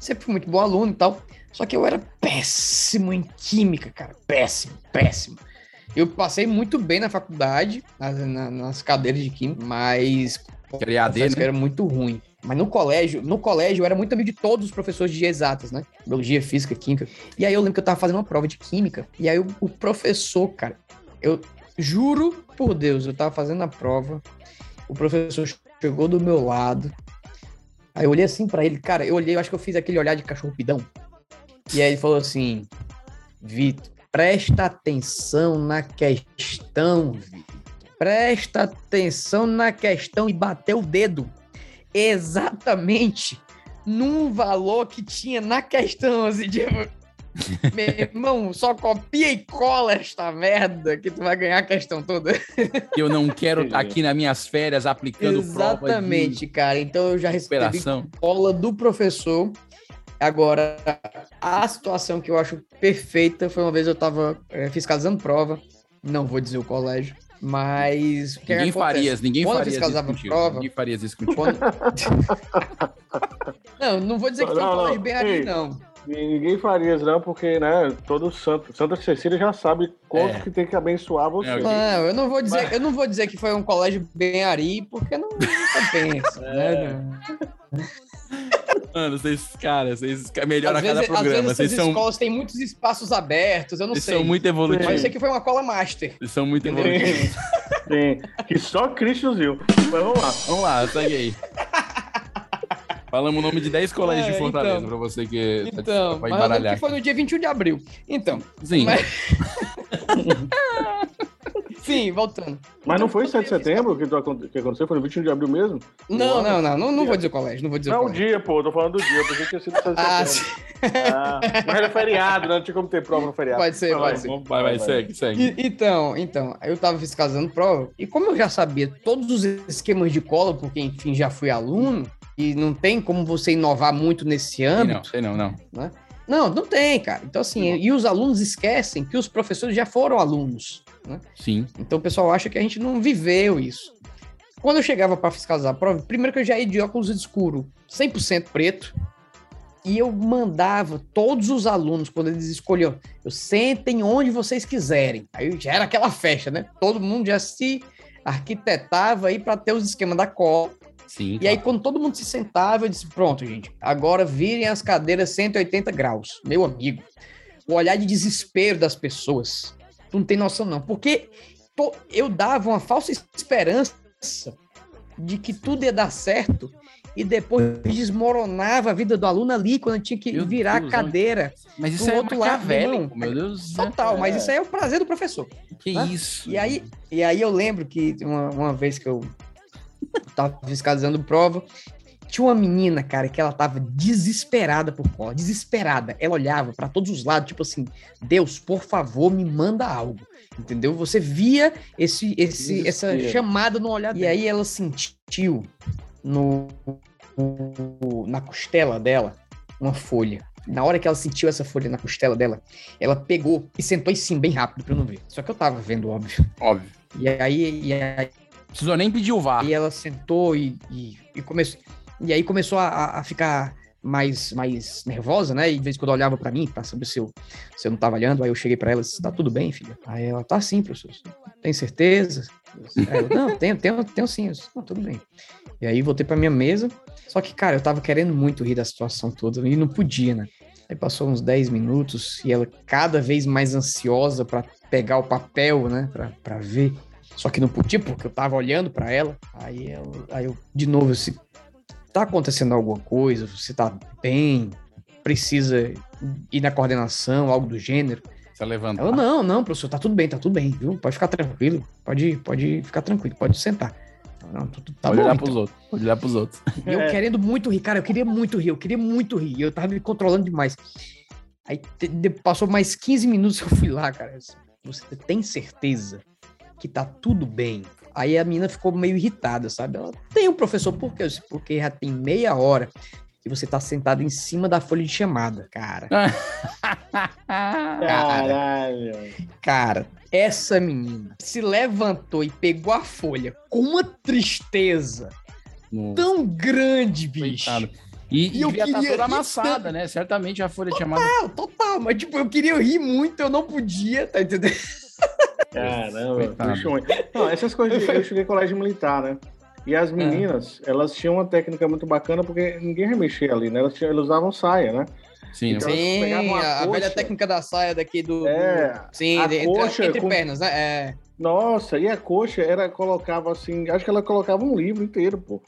Sempre fui muito bom aluno e tal. Só que eu era péssimo em química, cara. Péssimo, péssimo. Eu passei muito bem na faculdade, nas, na- nas cadeiras de química, mas.
Era AD,
confesso
né?
que eu era muito ruim. Mas no colégio, no colégio eu era muito amigo de todos os professores de exatas, né? Biologia, física, química. E aí eu lembro que eu tava fazendo uma prova de química. E aí o, o professor, cara, eu juro por Deus, eu tava fazendo a prova. O professor chegou do meu lado. Aí eu olhei assim pra ele, cara, eu olhei, eu acho que eu fiz aquele olhar de cachorro pidão. E aí ele falou assim: Vitor, presta atenção na questão, Vitor. Presta atenção na questão e bateu o dedo exatamente num valor que tinha na questão, assim, tipo, meu irmão, só copia e cola esta merda que tu vai ganhar a questão toda.
Eu não quero estar aqui nas minhas férias aplicando
Exatamente, cara. Então eu já recebi
Operação.
cola do professor. Agora, a situação que eu acho perfeita foi uma vez eu tava eh, fiscalizando prova, não vou dizer o colégio, mas. o que
Ninguém
acontece?
faria, ninguém
Quando eu
faria isso
fiscalizava
contigo.
prova,
Ninguém faria isso contigo.
Não, não vou dizer que foi um colégio bem ali,
Ei,
não.
Ninguém faria isso, não, porque, né, todo santo, Santa Cecília já sabe quanto
É.
que tem que abençoar
É,
você.
Não, eu não vou dizer, eu não vou dizer que foi um colégio bem ari, porque não, não compensa,
É,
né?
Mano, vocês, cara, vocês melhoram
Às
a cada
vezes, às
programa.
vezes
Vocês
essas
são,
escolas têm muitos espaços abertos, eu não
Vocês
sei.
são muito evolutivos.
Mas isso aqui foi uma cola master.
vocês são muito
Entendeu?
evolutivos.
Que só Cristo viu. Mas vamos lá.
Vamos lá, segue aí. Falamos o nome de 10 colégios
É,
de Fortaleza
então.
pra você que tá-
Então,
vai
mas eu lembro
embaralhar.
que foi no dia 21 de abril. Então.
Sim.
mas- Sim, voltando.
Mas não foi 7 de setembro que, tu acon- que aconteceu? Foi no 21 de abril mesmo?
Não, não, não, não, não vou dizer o colégio, não vou dizer o
Não, o
colégio.
dia, pô, eu tô falando do dia, porque tinha sido 7 de
Ah,
setembro. Ah, mas era feriado, né? Não tinha como ter prova no feriado.
Pode ser,
Vai,
pode
vai,
ser.
vamos-
segue.
E- então, então, eu tava fiscalizando prova, e como eu já sabia todos os esquemas de cola, porque, enfim, já fui aluno, e não tem como você inovar muito nesse
Sei
âmbito,
não, sei não, não.
né? Não, não tem, cara. Então, assim, e os alunos esquecem que os professores já foram alunos, né?
Sim.
Então, o pessoal acha que a gente não viveu isso. Quando eu chegava para fiscalizar a prova, primeiro que eu já ia de óculos escuro, 100% preto, E eu mandava todos os alunos, quando eles escolhiam, eu sentem onde vocês quiserem. Aí já era aquela festa, né? Todo mundo já se arquitetava aí para ter os esquemas da cola.
Sim. tá.
E aí, quando todo mundo se sentava, eu disse: pronto, gente, agora virem as cadeiras 180 graus. Meu amigo, o olhar de desespero das pessoas. Tu não tem noção, não. Porque to- eu dava uma falsa esperança de que tudo ia dar certo e depois desmoronava a vida do aluno ali quando tinha que virar
Deus,
a cadeira.
Mas isso
pro
é
outro lado,
maquiavélico,
irmão.
meu Deus.
Total, mas isso aí é o prazer do professor.
Que
né?
isso.
E aí, e aí eu lembro que uma, uma vez que eu tava fiscalizando prova, tinha uma menina, cara, que ela tava desesperada por cola, desesperada. Ela olhava pra todos os lados, tipo assim, Deus, por favor, me manda algo. Entendeu? Você via esse, esse, essa
Desespero.
chamada no olhar dela. E aí ela sentiu no, no- na costela dela uma folha. Na hora que ela sentiu essa folha na costela dela, ela pegou e sentou em cima bem rápido pra eu não ver. Só que eu tava vendo, óbvio.
Óbvio.
E aí. E aí
Precisou nem pedir o VAR.
E ela sentou e, e, e começou. E aí começou a- a, a ficar mais, mais nervosa, né? E de vez em quando ela olhava pra mim pra saber se eu, se eu não tava olhando. Aí eu cheguei pra ela e disse: tá tudo bem, filha? Aí ela tá sim, professor. Tem certeza? Aí eu, não, tenho, tenho, tenho sim. Eu disse, não, tudo bem. E aí voltei pra minha mesa. Só que, cara, eu tava querendo muito rir da situação toda e não podia, né? Aí passou uns 10 minutos e ela cada vez mais ansiosa pra pegar o papel, né? Pra, pra ver. Só que não podia, tipo, porque eu tava olhando pra ela. Aí, ela, aí eu, de novo, assim, tá acontecendo alguma coisa? Você tá bem? Precisa ir na coordenação, algo do gênero?
Você levantar.
Ela, não, não, professor, tá tudo bem, tá tudo bem, viu? Pode ficar tranquilo, pode, pode ficar tranquilo, pode sentar. Eu, Não, tu, tu, tá
Pode
bom,
olhar
então.
pros outros. Pode olhar pros outros.
E eu querendo muito rir, cara, eu queria muito rir, eu queria muito rir. e Eu tava me controlando demais. Aí te- de- passou mais 15 minutos, eu fui lá, cara. eu disse, Você tem certeza que tá tudo bem? Aí a menina ficou meio irritada, sabe? Ela tem o professor, por quê? Eu disse, porque já tem meia hora que você tá sentado em cima da folha de chamada, cara.
Caralho.
Ah, Cara, essa menina se levantou e pegou a folha com uma tristeza tão grande, bicho.
E,
Então, E é
e
eu
devia estar
queria
toda
ir
amassada,
tanto.
né? Certamente a folha tinha
Total, total, mas tipo, eu queria rir muito, eu não podia, tá entendendo?
Caramba,
Coitado.
bicho ruim. Não, essas coisas. de- Eu cheguei em colégio militar, né? E
É.
as meninas, elas tinham uma técnica muito bacana, porque ninguém remexia ali, né? Elas, tinham- elas usavam saia, né?
Sim,
Então, elas pegavam
Sim,
uma
a, a
coxa.
velha técnica da saia daqui do.
É,
Sim,
a
entre,
coxa
entre
com-
pernas, né? É.
Nossa, e a coxa era, colocava assim, acho que ela colocava um livro inteiro, pô.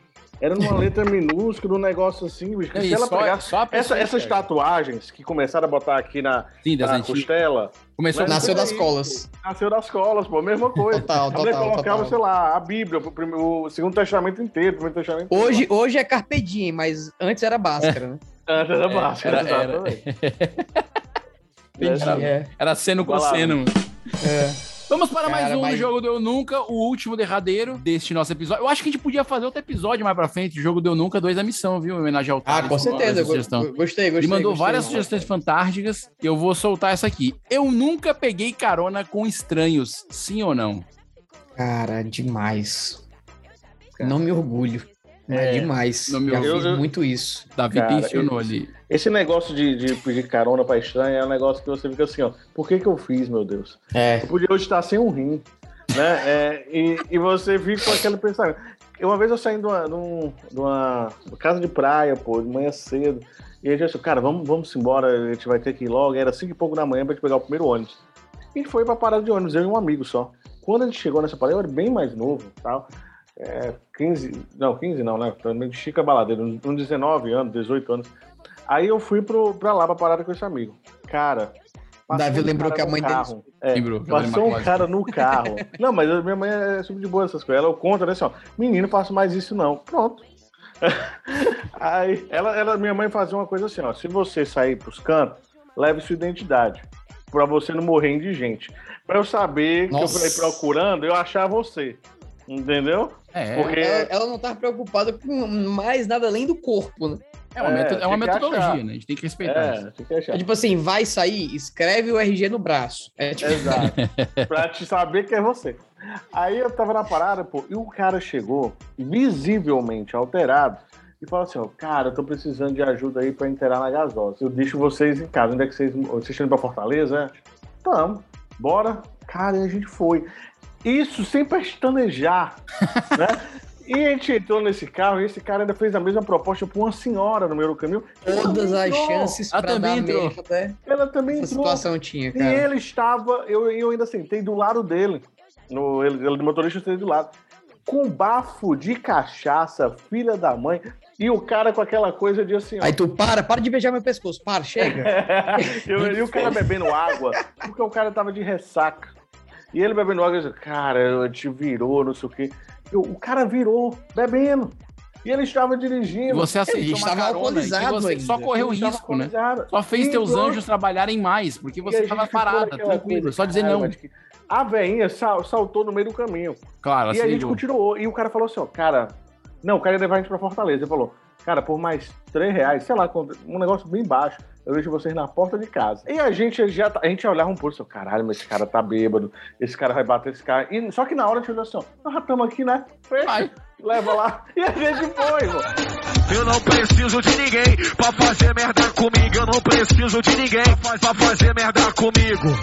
Era numa letra minúscula, um negócio assim, bicho. que
E
se ela
só-
pegasse.
só a pessoa
essa- essas
enxerga.
tatuagens que começaram a botar aqui na,
Sim, das
Ah,
na
antigas.
costela.
Começou-
mas
Nasceu
era
das
isso,
colas.
pô. Nasceu das colas, pô, mesma coisa.
Total,
a mulher
total,
colocava,
total.
sei lá, a Bíblia, o, primeiro- o segundo testamento inteiro, o primeiro testamento inteiro.
Hoje, hoje é Carpe Diem, mas antes era Báscara, né?
Antes era Báscara,
era- era-
exatamente.
Era,
É.
era seno com
Vai lá.
seno. Vamos para mais
Cara,
um do
mas-
Jogo Deu Nunca, o último derradeiro deste nosso episódio. Eu acho que a gente podia fazer outro episódio mais pra frente, Jogo Deu Nunca, dois da missão, viu? Em homenagem ao
Ah,
Thales,
com
que mandou
certeza.
essa
go-
sugestão.
go- Gostei, gostei.
Ele mandou
gostei.
várias sugestões fantásticas. Eu vou soltar essa aqui. Eu nunca peguei carona com estranhos, sim ou não?
Cara, demais. Não me orgulho. Mas
É.
demais.
Não me
Já
orgulho.
fiz
Eu- eu-
muito isso.
Davi
Cara,
tensionou
esse-
ali.
Esse negócio de, de pedir carona pra estranha é um negócio que você fica assim, ó. Por que que eu fiz, meu Deus?
É.
Eu podia hoje estar sem um rim, né? É, e, e você fica com aquele pensamento. Uma vez eu saí de uma, de um- de uma casa de praia, pô, de manhã cedo. E a gente assim, cara, vamos, vamos embora, a gente vai ter que ir logo. Era cinco e pouco da manhã pra gente pegar o primeiro ônibus. E a gente foi pra parada de ônibus, eu e um amigo só. Quando a gente chegou nessa parada, eu era bem mais novo tal. É, 15, não, 15 não, né? Também de Chica Baladeiro, uns uns 19 anos, 18 anos. Aí eu fui pro, pra lá pra parada com esse amigo. Cara. passou
Davi
um
lembrou
cara
que a
no
mãe
carro.
dele.
É,
Lembrou, que ela
Passou um
lembra-
cara no carro. Não, mas a minha mãe é super de boa essas coisas. Ela conta, né, assim, ó, menino, faço mais isso não. Pronto. Aí, ela, ela, minha mãe fazia uma coisa assim, ó, se você sair pros cantos, leve sua identidade, pra você não morrer indigente. Pra eu saber que eu
Nossa.
falei procurando, eu achar você. Entendeu?
É.
Porque
Ela, ela não tá preocupada com mais nada além do corpo, né?
É uma, meto- é uma
tem que
metodologia,
achar.
né? A gente tem que respeitar
É,
isso.
tem que achar.
É tipo assim, vai sair, escreve o RG no braço. É tipo...
Exato. pra te saber que é você. Aí eu tava na parada, pô, e o cara chegou visivelmente alterado. e fala assim, ó, cara, eu tô precisando de ajuda aí pra inteirar na gasosa. Eu deixo vocês em casa. Onde é que vocês. Vocês estão indo pra Fortaleza? é? Tamo. Bora. Cara, e a gente foi. Isso sem pestanejar, né? E a gente entrou nesse carro e esse cara ainda fez a mesma proposta pra uma senhora no meio do caminho.
Todas as chances
Ela
pra
É. Ah, também
dar
entrou.
merda. né?
Ela também
Essa
entrou.
situação tinha,
E
cara.
ele estava, eu, eu ainda sentei do lado dele. No, ele, ele de motorista, eu sentei do lado. Com bafo de cachaça, filha da mãe. E o cara com aquela coisa de assim. ó.
Aí tu para, para de beijar meu pescoço, para, chega.
Eu- e o cara bebendo água, porque o cara tava de ressaca. E ele bebendo água, eu disse, cara, eu te virou, não sei o quê. Eu, o cara virou, bebendo. E ele estava dirigindo.
E você
Ele
aceitou
tomou
uma carona, e que você só
ainda.
correu o
Ele estava
risco, né?
alcoolizado.
Só fez
E
teus
entrou-
anjos trabalharem mais, porque
e a
você
gente
tava
ficou
parada,
naquela
tranquilo,
coisa,
só dizer
caralho,
não.
mas que- A veinha sal- saltou no meio do caminho.
Claro,
e a
se
gente
ligou.
continuou. E o cara falou assim, ó, cara... Não, o cara ia levar a gente pra Fortaleza. Ele falou, cara, por mais 3 reais, sei lá, quanto- um negócio bem baixo, eu deixo vocês na porta de casa. E a gente já tá- a gente olhava um pouco, assim, caralho, mas esse cara tá bêbado, esse cara vai bater esse cara. E, só que na hora a gente olhou assim, ó, nós já estamos aqui, né? Fecha, leva lá. E a gente foi, mano.
Eu não preciso de ninguém pra fazer merda comigo. Eu não preciso de ninguém pra pra fazer merda comigo.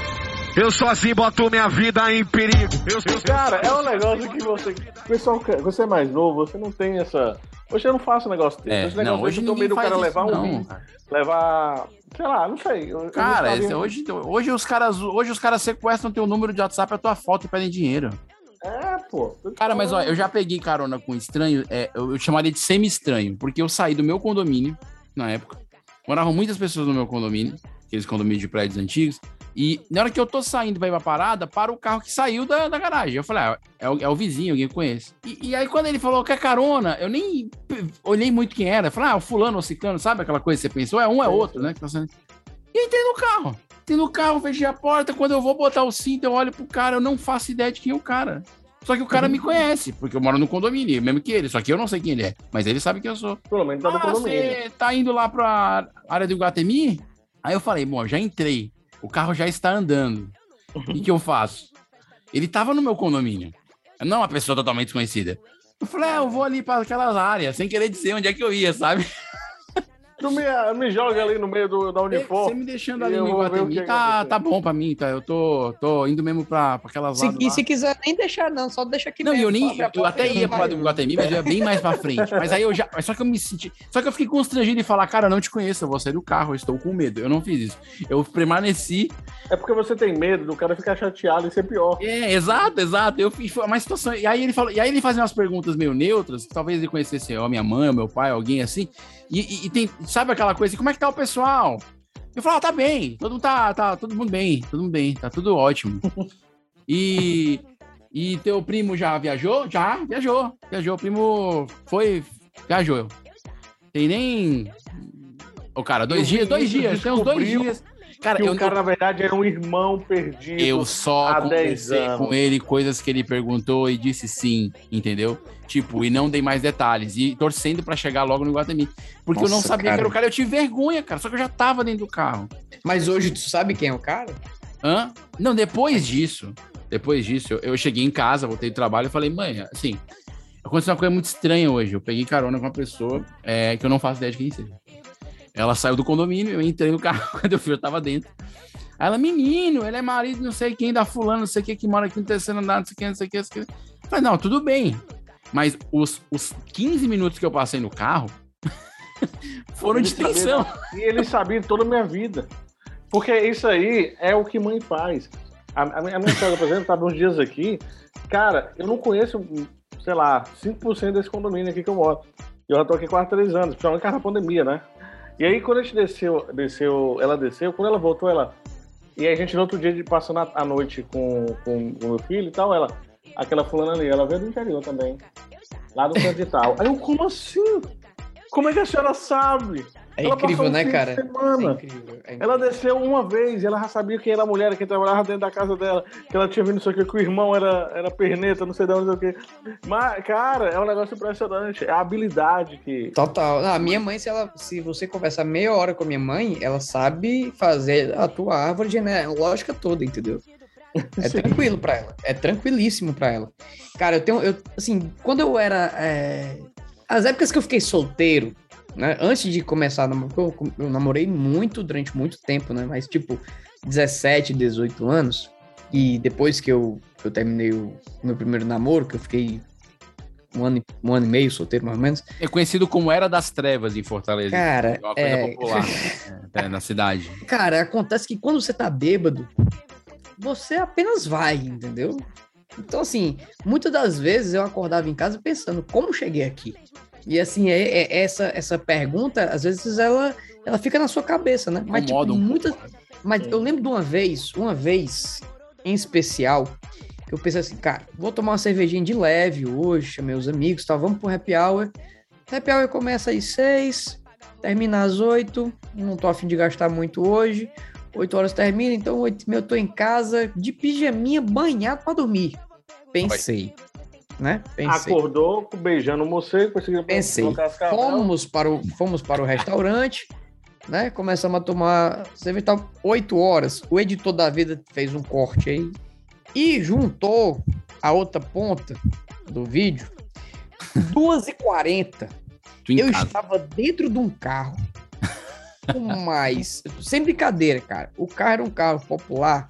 Eu sozinho assim, boto minha vida em perigo. Eu, eu-
Cara, é um negócio que você. Pessoal, você é mais novo, você não tem essa. Hoje eu não faço um negócio desse.
É,
Esse negócio
não,
desse,
hoje
eu tô
ninguém
meio do
faz
cara
isso,
levar um.
não,
vídeo,
cara.
Levar. Sei lá, não sei. eu- eu não
Cara,
sabia
esse-
muito.
hoje, hoje os caras hoje os caras sequestram teu número de WhatsApp, a tua foto e pedem dinheiro.
É, pô.
Cara, mas ó, eu já peguei carona com estranho, é, eu, eu chamaria de semi-estranho, porque eu saí do meu condomínio na época. Moravam muitas pessoas no meu condomínio, aqueles condomínios de prédios antigos. E na hora que eu tô saindo pra ir pra parada, para o carro que saiu da, da garagem. Eu falei, ah, é o, é o vizinho, alguém conhece. E, e aí, quando ele falou que é carona, eu nem p- olhei muito quem era. Eu falei, ah, o fulano ou ciclano, sabe aquela coisa que você pensou? É um, é outro, né? que tá saindo. E entrei no carro. Entrei no carro, fechei a porta. Quando eu vou botar o cinto, eu olho pro cara, eu não faço ideia de quem é o cara. Só que o cara me conhece, porque eu moro no condomínio, mesmo que ele. Só que eu não sei quem ele é, mas ele sabe quem eu sou.
Pelo menos tá no
ah,
condomínio.
Você tá indo lá pra área do Iguatemi? Aí eu falei, bom, já entrei. O carro já está andando. O que, que eu faço? Ele tava no meu condomínio. Não é uma pessoa totalmente desconhecida. Eu falei, ah, eu vou ali pra aquelas áreas, sem querer dizer onde é que eu ia, sabe?
Tu me, me joga ali no meio do, da uniforme.
Você me deixando ali no Iguatemi, tá,
tá,
tá bom pra mim, tá? Eu tô, tô indo mesmo pra, pra aquelas
Se,
áreas
e
lá.
se quiser nem deixar, não, só deixa aqui
Não, e
mesmo,
eu nem.
só abre a
Eu
porta
até
e
ia pra
vai.
do Guatemi, mas eu ia bem mais pra frente. Mas aí eu já. mas Só que eu me senti. Só que eu fiquei constrangido e falar, cara, eu não te conheço, eu vou sair do carro, eu estou com medo. Eu não fiz isso. Eu permaneci.
É porque você tem medo do cara ficar chateado e ser pior.
É, exato, exato. Eu fiz foi uma situação. E aí ele falou, e aí ele fazia umas perguntas meio neutras, que talvez ele conhecesse ó, minha mãe, meu pai, alguém assim. E, e- e tem, sabe aquela coisa assim, como é que tá o pessoal? Eu falava, tá bem, todo mundo tá, tá, todo mundo bem, todo mundo bem, tá tudo ótimo. E, e teu primo já viajou? Já, viajou, viajou. O primo foi, viajou. Tem nem. Ô, cara, dois
E o
dias, dois
Vinícius
dias, tem uns dois
descobriu
dias. Cara,
que
eu,
o cara, na verdade, era um irmão perdido.
eu só
há 10
conversei
anos.
com ele coisas que ele perguntou e disse sim, entendeu? Tipo, e não dei mais detalhes. E torcendo pra chegar logo no Guatemi. Porque eu não
Nossa,
sabia
cara.
que era o cara. Eu tive vergonha, cara. Só que eu já tava dentro do carro.
Mas hoje tu sabe quem é o cara?
Hã? Não, depois disso. Depois disso, eu, eu cheguei em casa, voltei do trabalho e falei, mãe, assim. Aconteceu uma coisa muito estranha hoje. Eu peguei carona com uma pessoa é, que eu não faço ideia de quem seja. Ela saiu do condomínio, eu entrei no carro quando eu fui, eu tava dentro. Aí ela, menino, ele é marido, não sei quem, da fulano, não sei o que, que mora aqui no terceiro andar, não sei quem, não sei o que, não sei o que. Eu Falei, não, tudo bem. Mas os, os 15 minutos que eu passei no carro foram
Ele
de tensão.
sabia- e ele sabia toda a minha vida. Porque isso aí é o que mãe faz. A, a minha a minha sogra, por exemplo, estava uns dias aqui. Cara, eu não conheço, sei lá, 5% desse condomínio aqui que eu moro. E Eu já tô aqui quase três anos, principalmente por causa da pandemia, né? E aí, quando a gente desceu, desceu, ela desceu, quando ela voltou, ela. E aí a gente, no outro dia, de- passando a, a noite com o com, com meu filho e tal, ela. Aquela fulana ali, ela veio do interior também. Lá do canto de tal. Aí eu, como assim? Como é que a senhora sabe?
É
Ela
incrível,
passou um
né,
fim de
cara?
semana.
É incrível, é
Ela desceu uma vez, ela já sabia quem era a mulher, quem trabalhava dentro da casa dela, que ela tinha vindo, não sei o que, que o irmão era, era perneta, não sei de onde, não sei o que. Mas, cara, é um negócio impressionante. É a habilidade que.
Total. Não, a minha mãe, se, ela, se você conversar meia hora com a minha mãe, ela sabe fazer a tua árvore genealógica toda, entendeu? É tranquilo pra ela. É tranquilíssimo pra ela. Cara, eu tenho. Eu, assim, quando eu era. é, As épocas que eu fiquei solteiro, né? Antes de começar, a namorar, porque eu, eu namorei muito durante muito tempo, né? Mas tipo, 17, 18 anos. E depois que eu, que eu terminei o meu primeiro namoro, que eu fiquei um ano, e- um ano e meio solteiro, mais ou menos.
É conhecido como Era das Trevas em Fortaleza.
Cara,
uma coisa
é-
popular é, na cidade.
Cara, acontece que quando você tá bêbado, você apenas vai, entendeu? Então, assim, muitas das vezes eu acordava em casa pensando como cheguei aqui. E assim, é, é- essa, essa pergunta, às vezes, ela, ela fica na sua cabeça, né? Mas, tipo,
Incomoda um
muitas. Mas eu lembro de uma vez, uma vez em especial, que eu pensei assim, cara, vou tomar uma cervejinha de leve hoje, chamei os amigos, e tal, vamos pro happy hour. Happy hour começa às seis, termina às oito, não tô afim de gastar muito hoje. Oito horas termina, então oito e meia eu tô em casa, de pijaminha, banhado pra dormir. Pensei, né? Pensei.
Acordou beijando o moceiro, conseguiu
Pensei. Fomos para o, fomos para o restaurante, né? Começamos a tomar cerveja e tal. Oito horas. O editor da vida fez um corte aí e juntou a outra ponta do vídeo. 2h40.
Tu em
Eu
casa.
estava dentro de um carro com mais. Sem brincadeira, cara. O carro era um carro popular.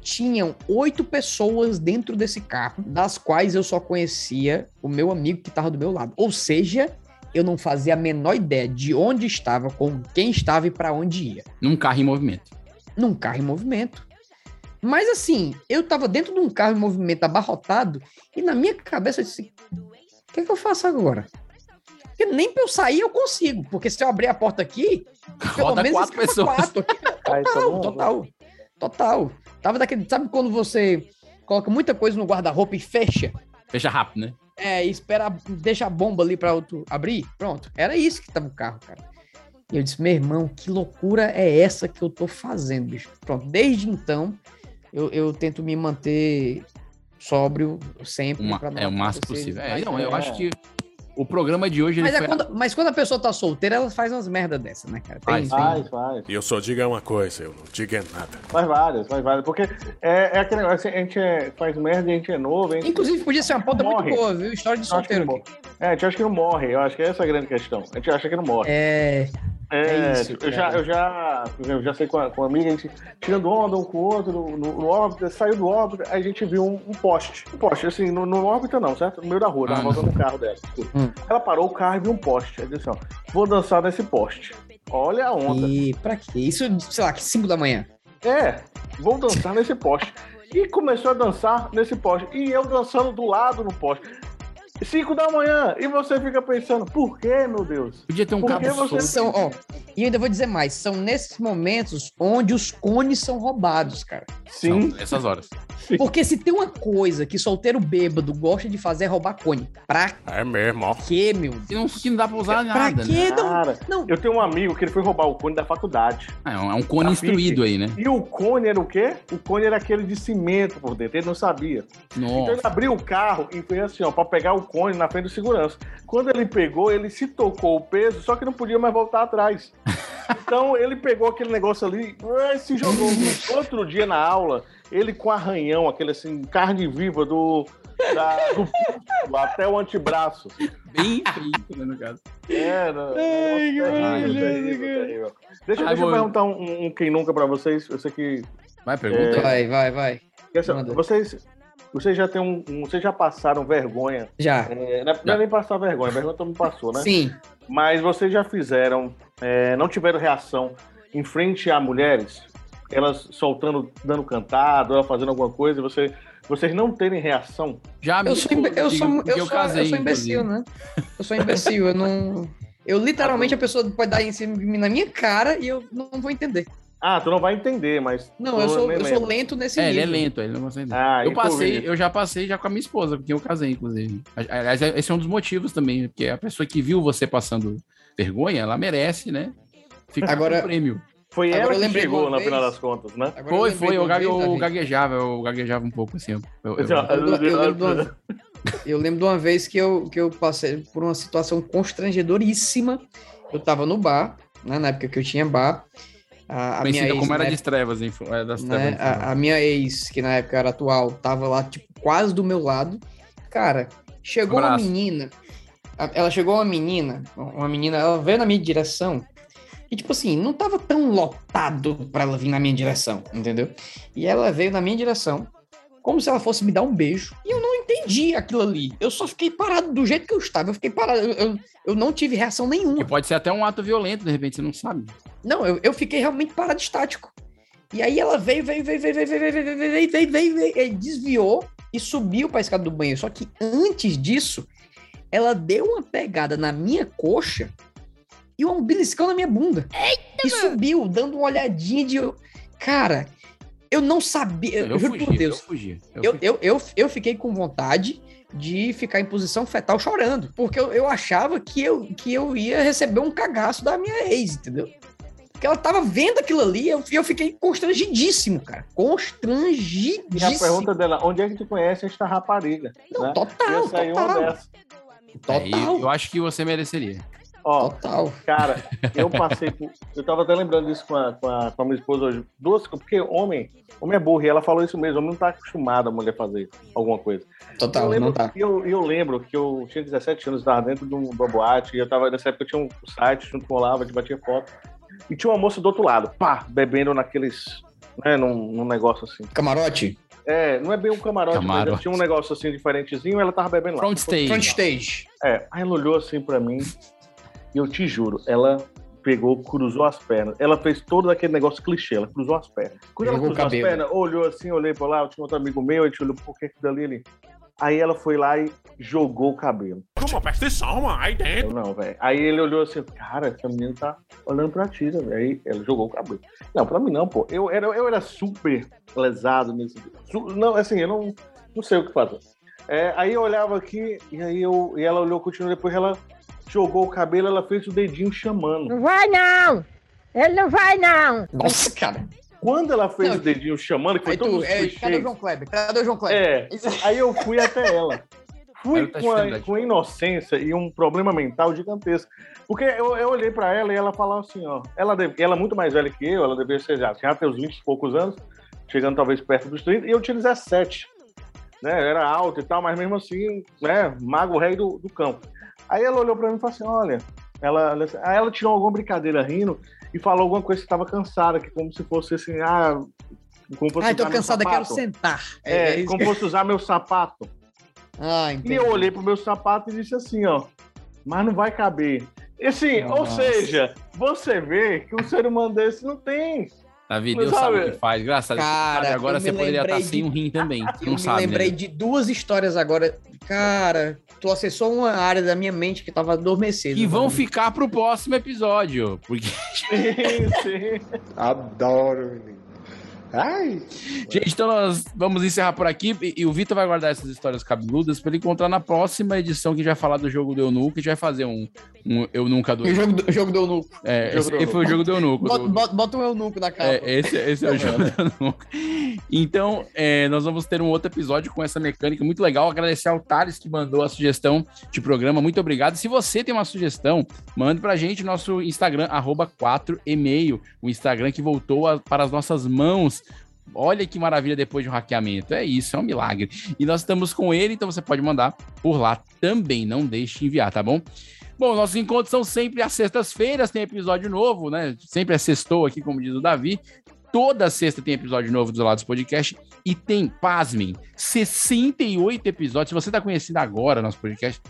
Tinham oito pessoas dentro desse carro, das quais eu só conhecia o meu amigo que estava do meu lado. Ou seja, eu não fazia a menor ideia de onde estava, com quem estava e para onde ia.
Num carro em movimento.
Num carro em movimento. Mas assim, eu estava dentro de um carro em movimento abarrotado e na minha cabeça eu disse: o que, é que eu faço agora? Porque nem pra eu sair eu consigo, porque se eu abrir a porta aqui, pelo
Roda
menos
quatro
escapa
pessoas.
quatro. Total, total. Total. Tava daquele. Sabe quando você coloca muita coisa no guarda-roupa e fecha?
Fecha rápido, né?
É, e espera, deixa a bomba ali pra outro abrir. Pronto. Era isso que tava o carro, cara. E eu disse, meu irmão, que loucura é essa que eu tô fazendo, bicho? Pronto, desde então, eu, eu tento me manter sóbrio sempre.
Uma-
pra não
é o máximo
acontecer
possível. É,
mais-
não, eu
é.
acho que o programa de hoje ele
Mas, é
foi
quando, mas quando a pessoa tá solteira, ela faz umas merda dessa, né, cara? Tem, tem-
faz.
E eu só diga uma coisa, eu não diga nada.
Faz várias, faz várias. Porque é, é aquele negócio, a gente é- faz merda e a gente é novo. a gente-
Inclusive, podia ser uma pauta
Morre.
muito boa, viu? História de
Eu acho que
solteiro.
não morre. É, a gente acha que não morre. Eu acho que essa é a grande questão. A gente acha que não morre.
É.
É,
É isso,
eu, já,
cara.
eu já, por exemplo, já sei com a, com uma amiga, a gente tirando onda um com o outro, no, no, no órbita, saiu do órbita, aí a gente viu um, um poste. Um poste, assim, no, no órbita não, certo? No meio da rua, tava
Ah, não.
voltando o carro dela. desculpa.
Hum.
Ela parou o carro e viu um poste. Aí disse, ó, vou dançar nesse poste. Olha a onda.
E pra quê? Isso, sei lá, que 5 da manhã.
É, vou dançar nesse poste. E começou a dançar nesse poste. E eu dançando do lado no poste. Cinco da manhã. E você fica pensando, por que, meu Deus?
Podia ter um
Por
cabo
que você-
solto.
São, ó, e eu ainda vou dizer mais, são nesses momentos onde os cones são roubados, cara.
Sim.
Não, essas horas.
Porque se tem uma coisa que solteiro bêbado gosta de fazer é roubar cone. Pra
É mesmo, ó.
quê, meu?
Que não, que não dá pra usar
Pra
nada. Né?
quê? Não,
Cara,
não.
eu tenho um amigo que ele foi roubar o cone da faculdade.
Ah, É um, é um
Tá
cone
Trafic.
instruído aí, né?
E o cone era o quê? O cone era aquele de cimento por dentro, ele não sabia. Então ele
Nossa.
abriu o carro e foi assim, ó, pra pegar o cone na frente do segurança. Quando ele pegou, ele se tocou o peso, só que não podia mais voltar atrás. Então ele pegou aquele negócio ali ué, e se jogou. No outro dia na aula, ele com arranhão, aquele assim, carne viva do. da- do pulso até o antebraço.
Bem
Então
feito, né, no caso.
É, não,
Ai, que maravilhoso, cara.
Deixa,
Ai,
deixa eu
bom.
perguntar um, um quem nunca pra vocês. Eu sei que
Vai, pergunta.
Vai, vai, vai.
Porque, assim,
Manda.
vocês, vocês já tem um, um- vocês já passaram vergonha.
Já.
É, não é- não é nem passar vergonha, vergonha todo mundo passou, né?
Sim.
Mas vocês já fizeram, é, não tiveram reação em frente a mulheres, elas soltando, dando cantado, ela fazendo alguma coisa, e você, vocês não terem reação.
Já me
Eu sou, imbe-
escudo,
eu
digo,
sou,
porque
eu sou, eu sou imbecil,
inclusive.
né? Eu sou imbecil, eu não... Eu literalmente, a pessoa pode dar em cima de mim na minha cara e eu não vou entender.
Ah, tu não vai entender, mas.
Não,
tu
eu sou,
nem
eu sou
lembra.
lento nesse
É, ele
nível.
é lento, ele não consegue.
Ah,
eu
e tu,
passei,
Vinícius?
eu já passei já com a minha esposa, com quem eu casei, inclusive. Aliás, esse é um dos motivos também, porque a pessoa que viu você passando vergonha, ela merece, né? Ficar
Agora-
com o prêmio.
Foi
Agora
ela
eu
que
lembrei de
chegou,
uma
no
vez.
final das contas, né?
Agora
Foi,
lembrei
foi,
de
eu,
uma
gague-
vez,
eu
Davi.
gaguejava, eu gaguejava um pouco assim. eu- eu-
Já.
Eu, lembro- eu lembro de uma, eu lembro de uma vez que eu, que eu passei por uma situação constrangedoríssima. Eu tava no bar, né, na época que eu tinha bar. A, a minha
Conhecida
ex,
como
na
era
época-
de trevas, hein? Era das trevas.
né, a, a minha ex, que na época era atual, tava lá, tipo, quase do meu lado. Cara, chegou uma
Abraço.
menina Ela chegou uma menina, uma menina, ela veio na minha direção. E, tipo assim, não tava tão lotado pra ela vir na minha direção, entendeu? E ela veio na minha direção, como se ela fosse me dar um beijo. E eu não entendi aquilo ali. Eu só fiquei parado do jeito que eu estava. Eu fiquei parado. Eu, eu, eu não tive reação nenhuma.
E pode ser até um ato violento, de repente, você não sabe.
Não, eu, eu fiquei realmente parado estático. E aí ela veio, veio, veio, veio, veio, veio, veio, veio, veio, veio, veio, veio, veio, veio, desviou e subiu pra escada do banheiro. Só que antes disso, ela deu uma pegada na minha coxa e um beliscão na minha bunda. e subiu, dando uma olhadinha de. Cara, eu não sabia. Eu, juro por Deus.
Eu fugi. Eu
Eu,
fugi.
eu, eu, eu fiquei com vontade de ficar em posição fetal chorando, porque eu, eu achava que eu, que eu ia receber um cagaço da minha ex, entendeu? Porque ela tava vendo aquilo ali eu, eu fiquei constrangidíssimo, cara.
E a
Constrangidíssimo.
pergunta dela, onde é que tu conhece esta rapariga?
Não,
né?
total,
Ia sair uma
total.
dessa.
Aí, eu acho que você mereceria.
Ó,
Total.
Cara, eu passei por. Eu tava até lembrando isso com a, com a, com a minha esposa hoje. Duas, porque homem, homem é burro, e ela falou isso mesmo, homem não tá acostumado a mulher fazer alguma coisa.
Total,
eu lembro,
não tá.
e Eu, e eu lembro que eu tinha 17 anos, estava dentro de um de uma boate, e eu tava, nessa época eu tinha um site junto com o Olavo, a gente batia foto. E tinha uma moça do outro lado, pá, bebendo naqueles. Né, num, num negócio assim.
Camarote?
É, não é bem um camarote,
Camarote.
mas tinha um negócio assim diferentezinho, ela tava bebendo lá.
Front stage.
Front stage.
É, aí ela olhou assim pra mim e eu te juro, ela pegou, cruzou as pernas. Ela fez todo aquele negócio clichê, ela cruzou as pernas. Quando ela
Jogou o
cruzou as
cabelo.
pernas, olhou assim, olhei pra lá, eu tinha outro amigo meu, ele olhou por que aquilo dali ali. Aí ela foi lá e jogou o cabelo.
Toma, presta atenção, mano.
哎
Aí dentro.
Eu não, velho. Aí ele olhou assim, cara, essa menina tá olhando pra ti, né, velho? Aí ela jogou o cabelo. Não, pra mim não, pô. Eu era, eu era super lesado nesse. su- Não, assim, eu não, não sei o que fazer. É, aí eu olhava aqui, e aí eu, e ela olhou, continuou, depois ela jogou o cabelo, ela fez o dedinho chamando.
Não vai não! Ele não vai não!
Nossa, cara.
Quando ela fez
Não,
o dedinho chamando, que foi
Aí
todo
tu,
mundo
é, cadê o João Kleber? Cadê o João Kleber?
É, aí eu fui até ela. Fui
Ela tá
com, a,
chutando,
com a inocência e um problema mental gigantesco. Porque eu, eu olhei pra ela e ela falava assim, ó. Ela, deve- ela é muito mais velha que eu, ela devia ser já, já ter uns 20 e poucos anos, chegando talvez perto dos 30, e eu tinha 17. Né? Eu era alto e tal, mas mesmo assim, né, mago rei do, do campo. Aí ela olhou pra mim e falou assim: olha, ela, ela, aí ela tirou alguma brincadeira rindo e falou alguma coisa que estava cansada, que como se fosse assim, ah. Como fosse
Ai, tô
usar meu
cansada, quero
sapato.
sentar.
É,
isso
como
que-
fosse usar meu sapato.
Ah,
E
entendi.
eu olhei pro meu sapato e disse assim, ó, mas não vai caber. E assim, ou
Nossa.
seja, você vê que um ser humano desse não tem.
Davi,
Mas
Deus sabe
sabe-
o que faz. Graças a Deus.
Cara,
sabe, agora
eu me
você poderia estar
lembrei
sem
de-
um rim também.
Eu
Não
me
sabe,
lembrei
né?
de duas histórias agora. Cara, tu acessou uma área da minha mente que tava adormecida.
Que vão ficar pro próximo episódio. Porque,
Sim, sim.
Adoro, menino. Ai!
gente, então nós vamos encerrar por aqui. E, e o Vitor vai guardar essas histórias cabeludas pra ele encontrar na próxima edição que a gente vai falar do jogo do Eu Nunca. A gente vai fazer um, um Eu Nunca do
O jogo do, o jogo do Eunuco.
É,
Jogo
esse
do
aí foi o
Eunuco.
jogo do Eunuco.
Bota,
do-
bota, bota um Eunuco na capa.
É, esse, esse é o jogo do Eunuco. Então, é, nós vamos ter um outro episódio com essa mecânica muito legal. Agradecer ao Thales que mandou a sugestão de programa. Muito obrigado. Se você tem uma sugestão, mande pra gente nosso Instagram, arroba 4email, o Instagram que voltou a- para as nossas mãos. Olha que maravilha depois de um hackeamento. É isso, é um milagre. E nós estamos com ele, então você pode mandar por lá também. Não deixe de enviar, tá bom? Bom, nossos encontros são sempre às sextas-feiras, tem episódio novo, né? Sempre é sextou aqui, como diz o Davi. Toda sexta tem episódio novo do Lados Podcast e tem, pasmem, 68 episódios. Se você está conhecendo agora nosso podcast,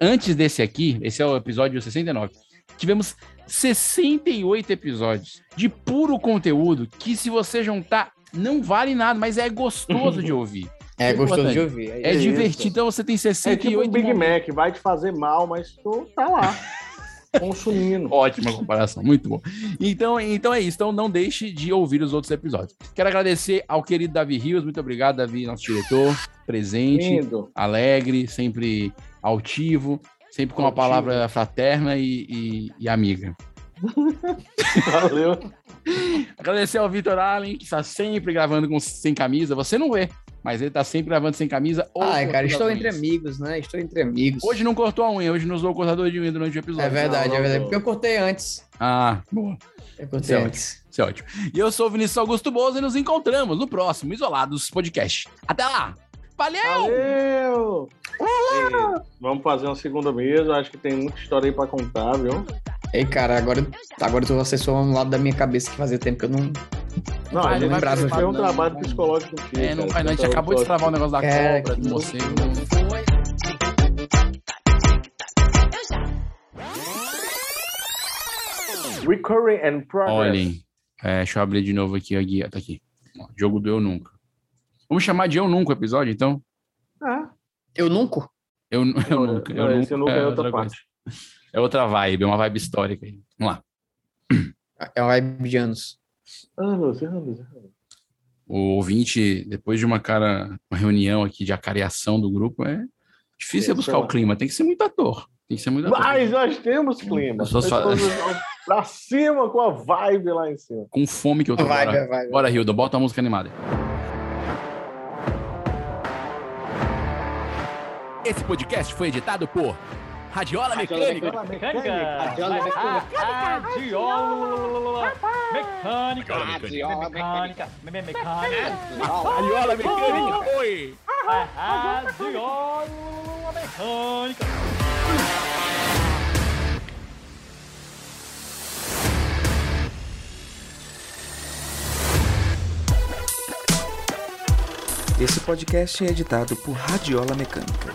antes desse aqui, esse é o episódio 69, tivemos 68 episódios de puro conteúdo que, se você juntar, não vale nada, mas é gostoso de ouvir.
É gostoso de
Importante.
ouvir.
É,
isso.
divertido. Então você tem
É tipo
68
um Big
momentos.
Mac, vai te fazer mal, mas tu tá lá, consumindo.
Ótima comparação, muito bom. Então, então é isso. Então não deixe de ouvir os outros episódios. Quero agradecer ao querido Davi Rios. Muito obrigado, Davi, nosso diretor, presente,
Lindo.
alegre, sempre altivo, sempre com uma
Altivo.
palavra fraterna e, e- e amiga.
Valeu.
Agradecer ao Vitor Allen, que está sempre gravando com- sem camisa. Você não vê, mas ele está sempre gravando sem camisa. ou
Ai,
cortando
Ah, cara,
as
estou
unhas.
entre amigos, né? Estou entre amigos.
Hoje não cortou a unha, hoje não usou o cortador de unha durante o episódio.
é verdade,
Não,
é
não,
verdade.
não.
Porque eu cortei antes.
Ah, boa.
Eu cortei
Certo.
antes.
Isso é ótimo. E eu sou o Vinícius Augusto Bozo e nos encontramos no próximo Isolados Podcast. Até lá! Valeu!
Valeu! E vamos fazer uma segunda mesa, acho que tem muita história aí pra contar, viu?
Ei, cara, agora, agora tu acessou um lado da minha cabeça que fazia tempo que eu não.
Não, a gente
lembrava.
vai fazer um trabalho psicológico contigo. né? Então,
É, não,
cara.
faz não, a gente acabou de travar o negócio da
Cara,
cobra, né? do morcego.
Recurring and progress.
Olhem, é, deixa eu abrir de novo aqui a guia. Tá aqui. Ó, jogo do Eu Nunca. Vamos chamar de Eu Nunca o episódio, então?
Ah,
Eu nunca?
Eu, eu Nunca. Eu
não,
nunca,
esse Eu Nunca é outra
coisa.
parte.
É outra vibe, é uma vibe histórica. aí. Vamos lá.
É o vibe de anos.
anos, anos, anos.
O ouvinte, depois de uma cara, uma reunião aqui de acariação do grupo, é difícil é
Isso,
buscar o
é.
clima. Tem que ser muito ator. Tem que ser muito ator.
Mas nós temos clima.
Eu sou
Nós
só-
estamos pra cima com a vibe lá em cima.
Com fome que eu tô.
Vai,
bora,
vai, vai.
bora, Hilda, bota a música animada.
Esse podcast foi editado por Radiola Mecânica.
Radiola mecânica. Radiola mecânica.
Radiola Mecânica. Oi.
Radiola mecânica.
Esse podcast é editado por Radiola Mecânica.